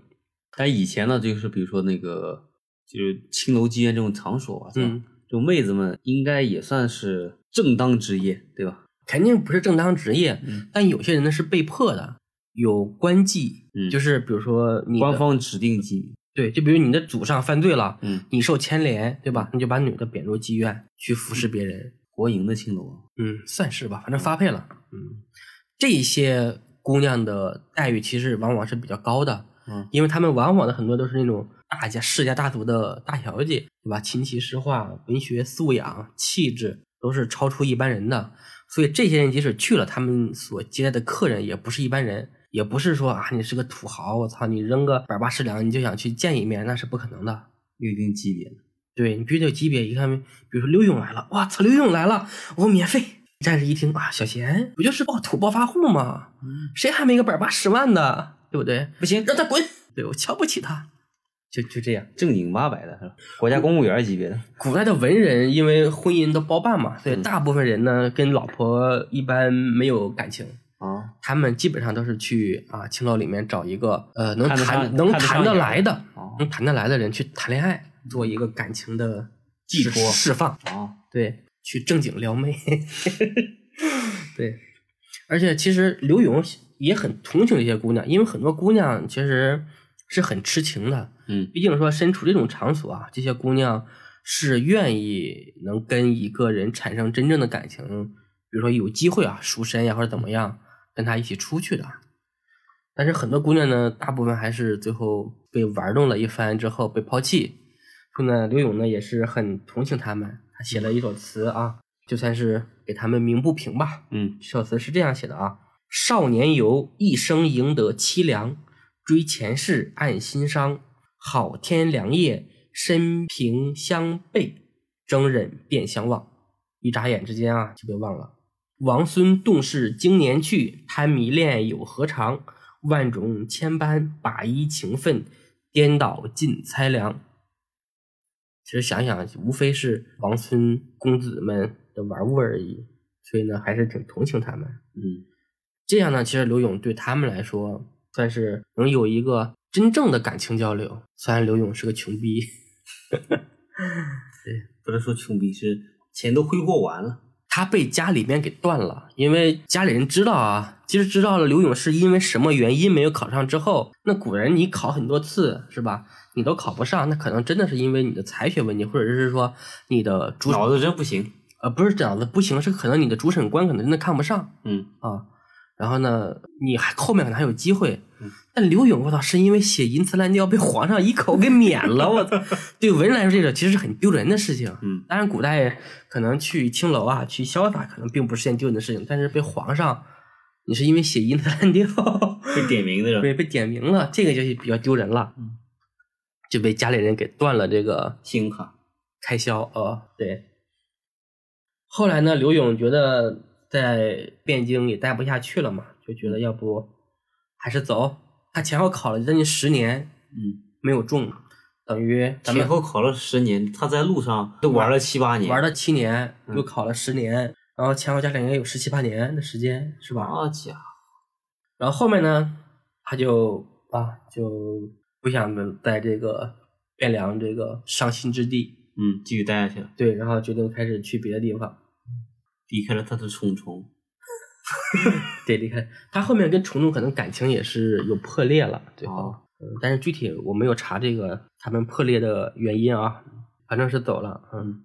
S1: 但以前呢，就是比如说那个，就是青楼妓院这种场所啊，是吧
S2: 嗯，
S1: 这种妹子们应该也算是正当职业，对吧？
S2: 肯定不是正当职业，
S1: 嗯
S2: 但有些人呢是被迫的，有官妓，
S1: 嗯
S2: 就是比如说你的
S1: 官方指定妓女。
S2: 对，就比如你的祖上犯罪了，
S1: 嗯，
S2: 你受牵连，对吧？你就把女的贬入妓院去服侍别人，
S1: 嗯国营的青楼啊。
S2: 嗯，算是吧，反正发配了，嗯，这些姑娘的待遇其实往往是比较高的，
S1: 嗯
S2: 因为她们往往的很多都是那种大家世家大族的大小姐，对吧？琴棋诗画、文学素养、气质都是超出一般人的，所以这些人即使去了，他们所接待的客人也不是一般人，也不是说啊你是个土豪，我操你扔个百八十两你就想去见一面，那是不可能的。
S1: 有一定级别的。
S2: 对你必须得有级别，一看，比如说刘勇来了，哇操，刘勇来了，我免费。战士一听啊，小贤不就是暴土暴发户吗？谁还没个百八十万的，对不对？
S1: 不行，
S2: 让他滚！对我瞧不起他，就就这样。
S1: 正经八百的是吧？国家公务员级别的。
S2: 古代的文人因为婚姻都包办嘛，所以
S1: 嗯
S2: 大部分人呢跟老婆一般没有感情，
S1: 啊，
S2: 他们基本上都是去啊青楼里面找一个呃能
S1: 看得
S2: 谈
S1: 上
S2: 能
S1: 看得
S2: 谈
S1: 上
S2: 得
S1: 眼
S2: 来的
S1: 哦，
S2: 能谈得来的人去谈恋爱，做一个感情的
S1: 寄
S2: 释
S1: 托
S2: 释放。
S1: 啊，
S2: 对，去正经撩妹， 对，而且其实刘勇也很同情这些姑娘，因为很多姑娘其实是很痴情的，
S1: 嗯
S2: 毕竟说身处这种场所啊，这些姑娘是愿意能跟一个人产生真正的感情，比如说有机会啊，赎身呀、或者怎么样，跟他一起出去的。但是很多姑娘呢，大部分还是最后被玩弄了一番之后被抛弃。所以呢，刘勇呢也是很同情他们，他写了一首词啊，就算是给他们鸣不平吧。
S1: 嗯
S2: 这首词是这样写的啊：少年游，一生赢得凄凉，追前世暗心伤。好天良夜，身平相背，争忍便相忘。一眨眼之间啊，就被忘了。王孙洞室经年去，贪迷恋有何长？万种千般把衣情分，颠倒尽猜量。其实想想，无非是王孙公子们的玩物而已，所以呢，还是挺同情他们。
S1: 嗯
S2: 这样呢，其实刘勇对他们来说，算是能有一个真正的感情交流。虽然刘勇是个穷逼，
S1: 不是说穷逼，是钱都挥霍完了。
S2: 他被家里面给断了，因为家里人知道啊，其实知道了刘勇是因为什么原因没有考上之后，那古人你考很多次是吧？你都考不上，那可能真的是因为你的才学问题，或者是说你的主
S1: 脑子真不行。
S2: 呃不是脑子不行，是可能你的主审官可能真的看不上。
S1: 嗯
S2: 啊，然后呢，你还后面可能还有机会
S1: 嗯。
S2: 但刘勇，我操，是因为写淫词滥调被皇上一口给免了， 我操！对文人来说，这个其实是很丢人的事情。
S1: 嗯，
S2: 当然，古代可能去青楼啊，去潇洒，可能并不是件丢人的事情，但是被皇上，你是因为写淫词滥 调
S1: 被点名的人
S2: 被被点名了，这个就是比较丢人了
S1: 嗯，
S2: 就被家里人给断了这个
S1: 信用卡。
S2: 开销啊、呃对。后来呢，刘勇觉得在汴京也待不下去了嘛，就觉得要不还是走。他前后考了将近十年
S1: 嗯，
S2: 没有中，等于咱们
S1: 前后考了十年，他在路上都玩了七八年。
S2: 玩了七年，
S1: 嗯
S2: 又考了十年，然后前后加起来应该有十七八年的时间，是吧？
S1: 啊家伙，
S2: 然后后面呢，他就啊就不想在这个汴梁这个伤心之地，
S1: 嗯，继续待下去了，
S2: 对，然后决定开始去别的地方。
S1: 离开了他的重重。
S2: 对，离开他后面跟虫虫可能感情也是有破裂了，对吧？
S1: 哦
S2: 嗯但是具体我没有查这个他们破裂的原因啊，反正是走了。嗯，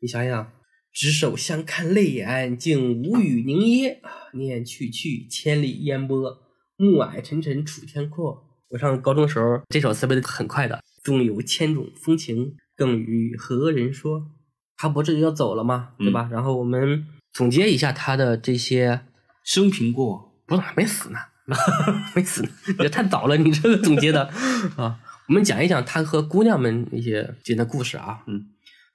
S2: 你想想，执手相看泪眼，竟无语凝噎。啊念去去，千里烟波，暮霭沉沉楚天阔。我上高中的时候，这首词背的很快的。纵有千种风情，更与何人说？他不这就要走了吗？对吧？然后我们嗯总结一下他的这些
S1: 生平过往，
S2: 不是没死呢，没死呢， 你这太早了，你这个总结的啊。我们讲一讲他和姑娘们一些之间的故事啊。
S1: 嗯，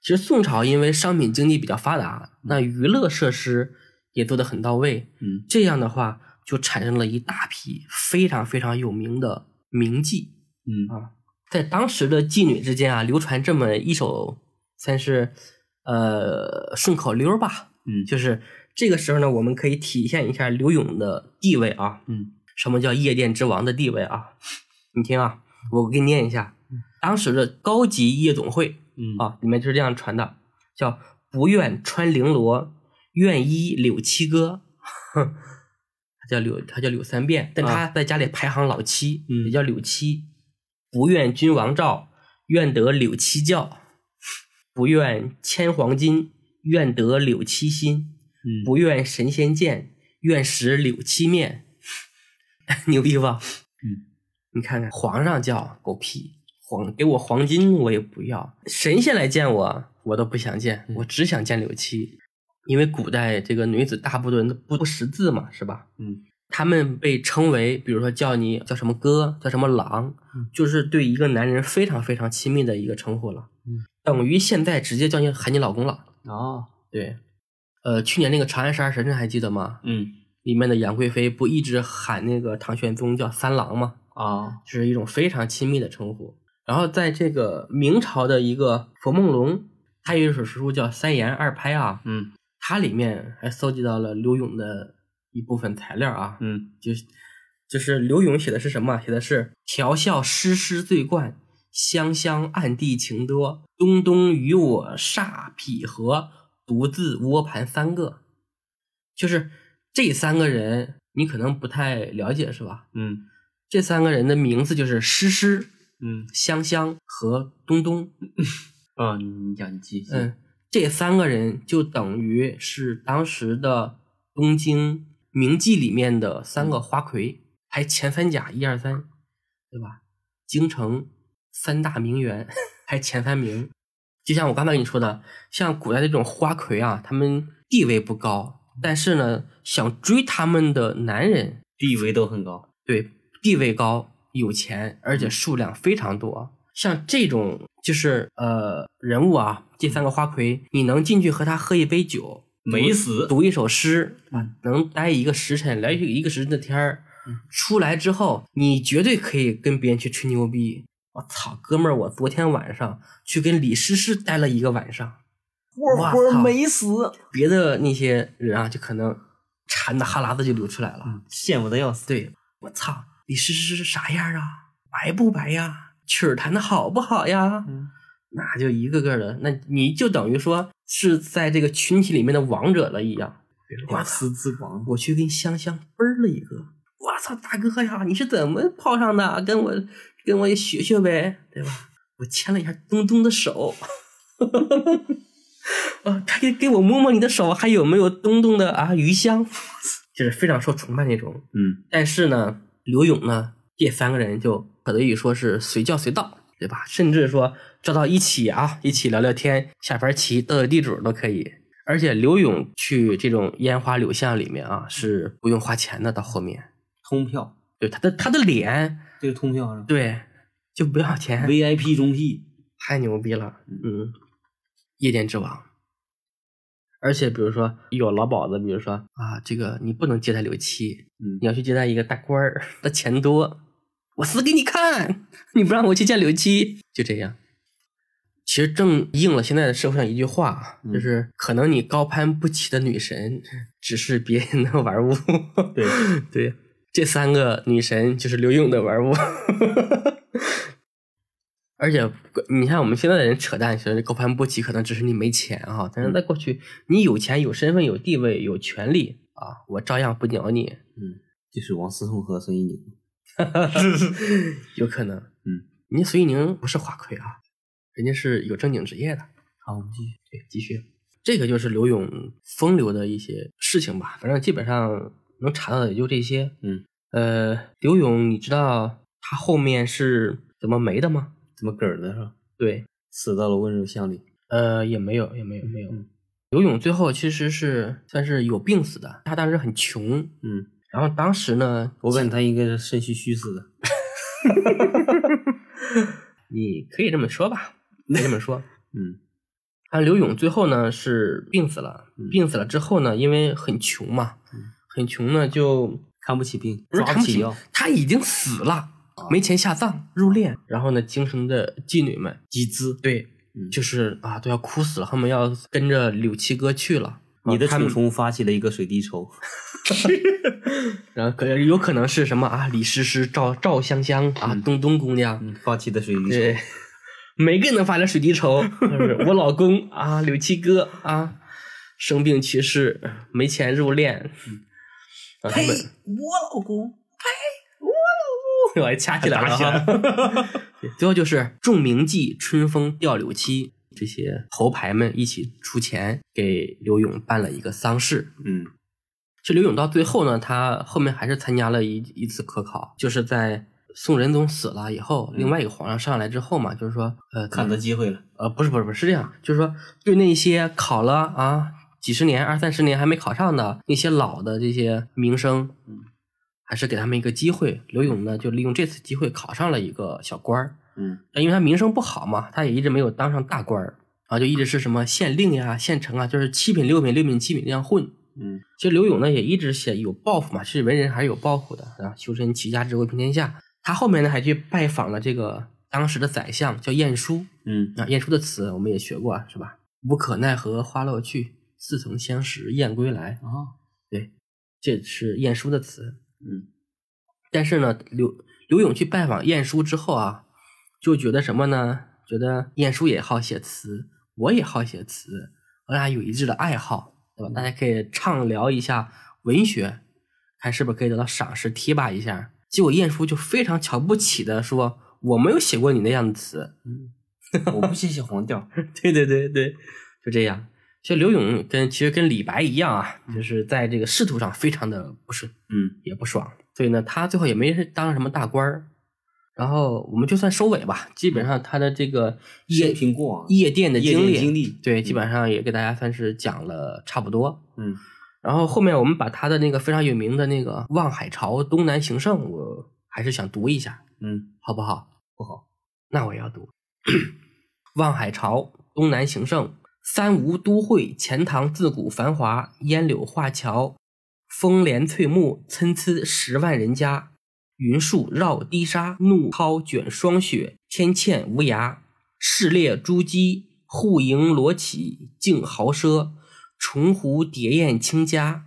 S2: 其实宋朝因为商品经济比较发达，那娱乐设施也做得很到位，
S1: 嗯
S2: 这样的话就产生了一大批非常非常有名的名妓。
S1: 嗯
S2: 在当时的妓女之间啊，流传这么一首算是呃顺口溜儿吧，
S1: 嗯
S2: 就是这个时候呢，我们可以体现一下刘勇的地位啊，
S1: 嗯
S2: 什么叫夜店之王的地位啊？你听啊，我给你念一下，当时的高级夜总会
S1: 嗯
S2: 啊，里面就是这样传的，叫不愿穿绫罗，愿依柳七 哥。他叫柳，他叫柳三变，但他在家里排行老七，
S1: 啊嗯
S2: 也叫柳七。不愿君王照，愿得柳七教；不愿千黄金，愿得柳七心。
S1: 嗯
S2: 不愿神仙见，愿食柳七面。 牛逼吧？
S1: 嗯，
S2: 你看看，皇上叫狗屁，皇给我黄金我也不要，神仙来见我我都不想见，
S1: 嗯
S2: 我只想见柳七。因为古代这个女子大部分都不不识字嘛，是吧？
S1: 嗯，
S2: 他们被称为，比如说叫你叫什么哥，叫什么郎，
S1: 嗯
S2: 就是对一个男人非常非常亲密的一个称呼了。
S1: 嗯，
S2: 等于现在直接叫你喊你老公了。
S1: 哦
S2: 对，呃，去年那个《长安十二时辰》还记得吗？
S1: 嗯
S2: 里面的杨贵妃不一直喊那个唐玄宗叫三郎吗？
S1: 啊
S2: 这是一种非常亲密的称呼。然后在这个明朝的一个冯梦龙，他有一首诗书叫《三言二拍》啊，
S1: 嗯
S2: 它里面还搜集到了刘勇的一部分材料啊，
S1: 嗯
S2: 就是就是刘勇写的是什么啊？写的是调笑诗诗醉惯，香香暗地情多，东东与我煞匹合，独自窝盘三个。就是这三个人，你可能不太了解是吧？
S1: 嗯
S2: 这三个人的名字就是诗诗、
S1: 嗯
S2: 香香和东东，
S1: 啊，你讲你记，
S2: 嗯，这三个人就等于是当时的东京名妓里面的三个花魁，排前三甲一二三，对吧？京城三大名媛 排前三名，就像我刚才跟你说的，像古代这种花魁啊，他们地位不高，但是呢，想追他们的男人
S1: 地位都很高，
S2: 对，地位高、有钱，而且数量非常多。像这种就是呃人物啊，这三个花魁，你能进去和他喝一杯酒，
S1: 没死，
S2: 读一首诗
S1: 嗯，
S2: 能待一个时辰，聊一个时辰的天儿，出来之后，你绝对可以跟别人去吹牛逼。我操，哥们儿，我昨天晚上去跟李诗诗待了一个晚上，
S1: 活
S2: 我操
S1: 活没死，
S2: 别的那些人啊，就可能馋的哈喇子就流出来
S1: 嗯
S2: 了。
S1: 啊羡慕的要死，
S2: 对，我操，李诗诗是啥样啊？白不白呀？曲儿弹的好不好呀？
S1: 嗯
S2: 那就一个个的，那你就等于说是在这个群体里面的王者了一样。
S1: 屌丝之光，
S2: 我去跟香香嘣儿了一个，我操，大哥呀，你是怎么泡上的？跟我跟我也学学呗，对吧？我牵了一下东东的手，啊，他给给我摸摸你的手，还有没有东东的啊余香？ 就是非常受崇拜那种。
S1: 嗯
S2: 但是呢，刘勇呢，这三个人就可以说是随叫随到，对吧？甚至说叫到一起啊，一起聊聊天、下盘棋、斗斗地主都可以。而且刘勇去这种烟花柳巷里面啊，是不用花钱的。到后面，
S1: 通票，
S2: 对他的他的脸，
S1: 这个通票是吧
S2: 对，就不要钱，
S1: VIP 中 P，
S2: 太牛逼了，嗯，夜店之王。而且比如说有老鸨子，比如说啊，这个你不能接待柳七，
S1: 嗯
S2: 你，要去接待一个大官儿，他钱多，我死给你看！你不让我去见柳七，就这样。其实正应了现在的社会上一句话，啊
S1: 嗯
S2: 就是可能你高攀不起的女神，只是别人的玩物。
S1: 对，
S2: 对， 这三个女神就是刘勇的玩物。而且你看我们现在的人扯淡，说高攀不起可能只是你没钱啊，但是在过去，你有钱、有身份、有地位、有权利啊，我照样不鸟你。
S1: 就是王思聪和孙一宁，
S2: 有可能。
S1: 嗯，
S2: 人家隋宁不是花魁啊，人家是有正经职业的。
S1: 好，我们继续，
S2: 对，继续。这个就是刘勇风流的一些事情吧，反正基本上能查到的也就这些。
S1: 嗯，
S2: 呃，刘勇，你知道他后面是怎么没的吗？
S1: 怎么梗儿的是吧？
S2: 对，
S1: 死到了温柔乡里，
S2: 呃，也没有，也没有，没有。
S1: 嗯
S2: 刘勇最后其实是算是有病死的，他当时很穷，
S1: 嗯，
S2: 然后当时呢，
S1: 我感觉他应该是肾虚虚死的，
S2: 你可以这么说吧，可以这么 说。
S1: 嗯
S2: 他刘勇最后呢是病死了
S1: 嗯，
S2: 病死了之后呢，因为很穷嘛，
S1: 嗯
S2: 很穷呢就
S1: 看不起病，
S2: 不是
S1: 抓
S2: 看不
S1: 起
S2: 起
S1: 药，，
S2: 他已经死了，没钱下葬入殓，然后呢，京城的妓女们
S1: 集资，
S2: 对，
S1: 嗯
S2: 就是啊都要哭死了，他们要跟着柳七哥去了。
S1: 你的
S2: 啊他
S1: 楚
S2: 们，
S1: 虫发起了一个水滴筹，
S2: 然后可有可能是什么啊？李诗诗、赵赵香香啊，东东姑娘，
S1: 嗯，发起的水滴筹，
S2: 对，每个人都发点水滴 筹，就是我老公啊，柳七哥啊，生病去世，没钱入殓。啊，他们，
S1: 我老公，
S2: 我还掐起来了
S1: 打起来
S2: 哈。 对最后就是众名妓春风吊柳七，这些头牌们一起出钱给刘勇办了一个丧事。
S1: 嗯
S2: 这刘勇到最后呢，他后面还是参加了一一次科考，就是在宋仁宗死了以后，另外一个皇上上来之后嘛，就是说，呃，
S1: 看到机会了，
S2: 呃，不是不是不是是这样，就是说对那些考了啊几十年、二三十年还没考上的那些老的这些名生，
S1: 嗯
S2: 还是给他们一个机会。刘勇呢，就利用这次机会考上了一个小官儿，
S1: 嗯
S2: 但因为他名声不好嘛，他也一直没有当上大官儿，啊，就一直是什么县令呀、县丞啊，就是七品、六品、六品、七品这样混。
S1: 嗯
S2: 其实刘勇呢也一直写有抱负嘛，其实文人还是有抱负的啊，修身齐家治国平天下。他后面呢还去拜访了这个当时的宰相叫晏殊，
S1: 嗯
S2: 啊，晏殊的词我们也学过啊，是吧？无可奈何花落去，似曾相识燕归来。
S1: 啊，
S2: 这是晏殊的词。
S1: 嗯
S2: 但是呢，刘刘勇去拜访晏殊之后啊，就觉得什么呢？觉得晏殊也好写词，我也好写词，我俩有一致的爱好，对吧？大家可以畅聊一下文学，看是不是可以得到赏识，提拔一下。结果晏殊就非常瞧不起的说：“我没有写过你那样的词。
S1: 嗯我不信写黄调，
S2: 对对对对，就这样。其实刘勇跟其实跟李白一样啊，就是在这个仕途上非常的不顺，
S1: 嗯
S2: 也不爽，所以呢，他最后也没当什么大官儿。然后我们就算收尾吧，基本上他的这个夜
S1: 生平嗯过往
S2: 夜店的
S1: 夜
S2: 经
S1: 间
S2: 历，
S1: 经历
S2: 对，基本上也给大家算是讲了差不多。
S1: 嗯
S2: 然后后面我们把他的那个非常有名的那个《望海潮东南行胜》，我还是想读一下，
S1: 嗯，
S2: 好不好？
S1: 不好，
S2: 那我也要读。望海潮，东南行胜，三吴都会，钱塘自古繁华，烟柳画桥，风帘翠幕，参差十万人家。云树绕低沙，怒涛卷霜雪，天堑无涯。市猎珠玑，户盈罗绮，竞豪奢。重湖叠燕清嘉，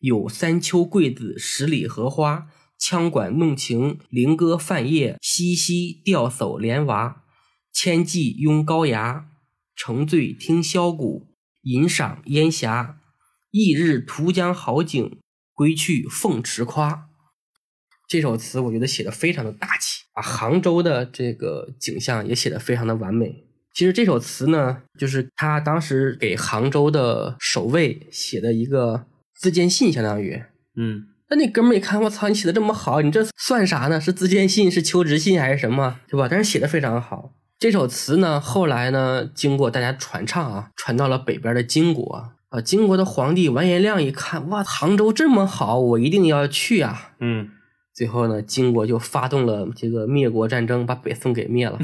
S2: 有三秋桂子，十里荷花。羌管弄晴，菱歌泛夜，嬉嬉钓叟莲娃。千骑拥高崖，乘醉听箫鼓，吟赏烟霞。翌日图江好景，归去凤池夸。这首词我觉得写的非常的大气，把杭州的这个景象也写的非常的完美。其实这首词呢，就是他当时给杭州的守卫写的一个自荐信，相当于。
S1: 嗯
S2: 那那哥们儿一看，我操，你写的这么好，你这算啥呢？是自荐信，是求职信还是什么，对吧？但是写的非常好。这首词呢，后来呢，经过大家传唱啊，传到了北边的金国啊。金国的皇帝完颜亮一看，哇，杭州这么好，我一定要去啊。
S1: 嗯
S2: 最后呢，金国就发动了这个灭国战争，把北宋给灭了。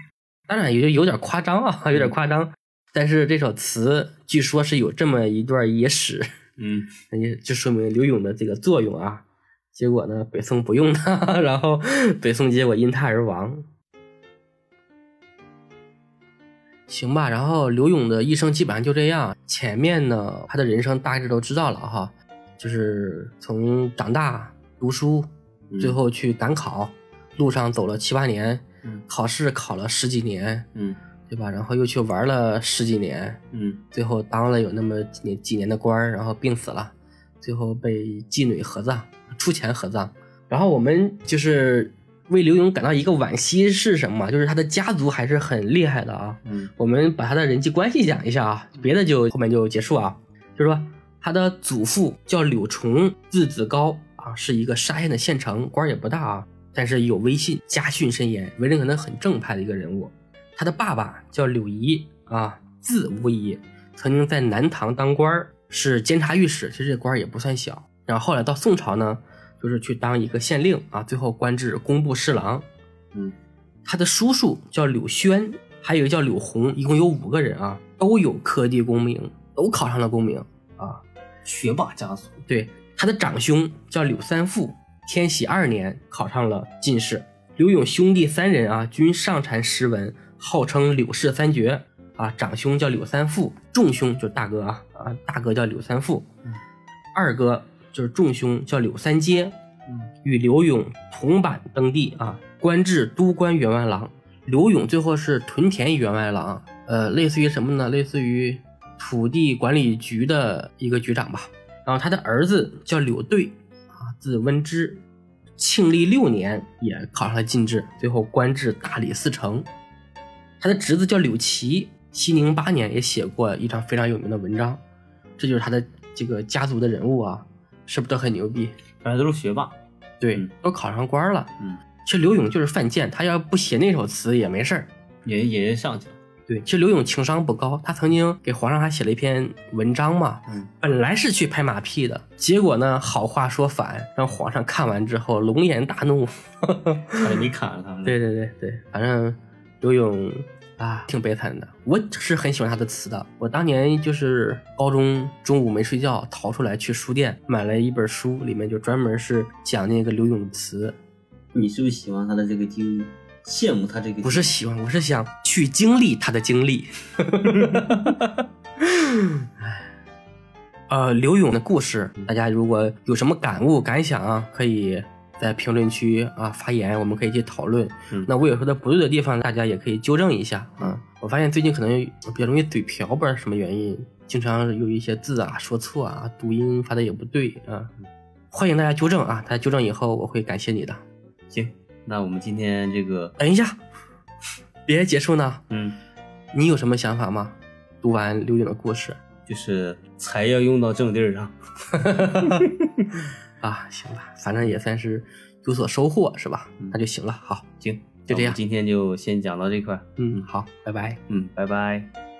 S2: 当然也就有点夸张啊，有点夸张。但是这首词据说是有这么一段野史，
S1: 嗯
S2: 也就说明刘勇的这个作用啊。结果呢，北宋不用他， 然后北宋结果因他而亡。行吧，然后刘勇的一生基本上就这样。前面呢，他的人生大致都知道了哈，就是从长大读书，
S1: 嗯
S2: 最后去赶考，路上走了七八年，
S1: 嗯
S2: 考试考了十几年，
S1: 嗯
S2: 对吧？然后又去玩了十几年，
S1: 嗯
S2: 最后当了有那么几年几年的官儿，然后病死了，最后被妓女合葬，出钱合葬。然后我们就是为刘勇感到一个惋惜是什么？就是他的家族还是很厉害的啊。
S1: 嗯
S2: 我们把他的人际关系讲一下啊，别的就后面就结束啊。就是说，他的祖父叫柳崇，字子高啊，是一个沙县的县城，官儿也不大啊，但是有威信，家训森严，为人可能很正派的一个人物。他的爸爸叫柳仪啊，字无仪，曾经在南唐当官儿，是监察御史，其实这官儿也不算小。然后后来到宋朝呢，就是去当一个县令啊，最后官至工部侍郎。
S1: 嗯
S2: 他的叔叔叫柳轩，还有一个叫柳红，一共有五个人啊，都有科第功名，都考上了功名啊。
S1: 学霸家族，
S2: 对，他的长兄叫柳三富，天禧二年考上了进士。刘永兄弟三人啊，均上禅诗文，号称柳氏三绝啊。长兄叫柳三富，众兄就是大哥啊啊，大哥叫柳三富
S1: 嗯，
S2: 二哥就是众兄叫柳三阶，
S1: 嗯
S2: 与刘永同版登第啊，官至都官员外郎。刘永最后是屯田员外郎，呃，类似于什么呢？类似于土地管理局的一个局长吧。然后他的儿子叫柳队啊，字温之，庆历六年也考上了进士，最后官至大理寺丞。他的侄子叫柳琦，熙宁八年也写过一张非常有名的文章，这就是他的这个家族的人物啊，是不是都很牛逼？
S1: 反正都是学霸，
S2: 对
S1: 嗯，
S2: 都考上官了。
S1: 嗯，
S2: 其实刘勇就是犯贱，他要不写那首词也没事儿。
S1: 也也上去了，
S2: 对，其实刘勇情商不高，他曾经给皇上还写了一篇文章嘛，
S1: 嗯
S2: 本来是去拍马屁的，结果呢，好话说反，让皇上看完之后龙颜大怒。
S1: 差点没砍了他们，
S2: 对对对对，反正刘勇啊，挺悲惨的。我是很喜欢他的词的。我当年就是高中中午没睡觉，逃出来去书店买了一本书，里面就专门是讲那个刘勇的词，
S1: 你是不是喜欢他的这个经历，羡慕他这个经历
S2: 不是喜欢，我是想去经历他的经历。 呃，刘勇的故事，大家如果有什么感悟、感想啊，可以在评论区啊发言，我们可以去讨论。
S1: 嗯
S2: 那我有说的不对的地方，大家也可以纠正一下啊。我发现最近可能比较容易嘴瓢，不知道是什么原因，经常有一些字啊说错啊，读音发的也不对啊。欢迎大家纠正啊，大家纠正以后我会感谢你的。
S1: 行，那我们今天这个，
S2: 等一下，哎别结束呢，
S1: 嗯，
S2: 你有什么想法吗？读完刘勇的故事
S1: 就是财要用到正地儿上。
S2: 啊，行吧，反正也算是有所收获是吧？那就行了，好，
S1: 行，
S2: 就这
S1: 那我
S2: 样
S1: 们今天就先讲到这块儿。
S2: 嗯，好，拜拜。
S1: 嗯，拜拜。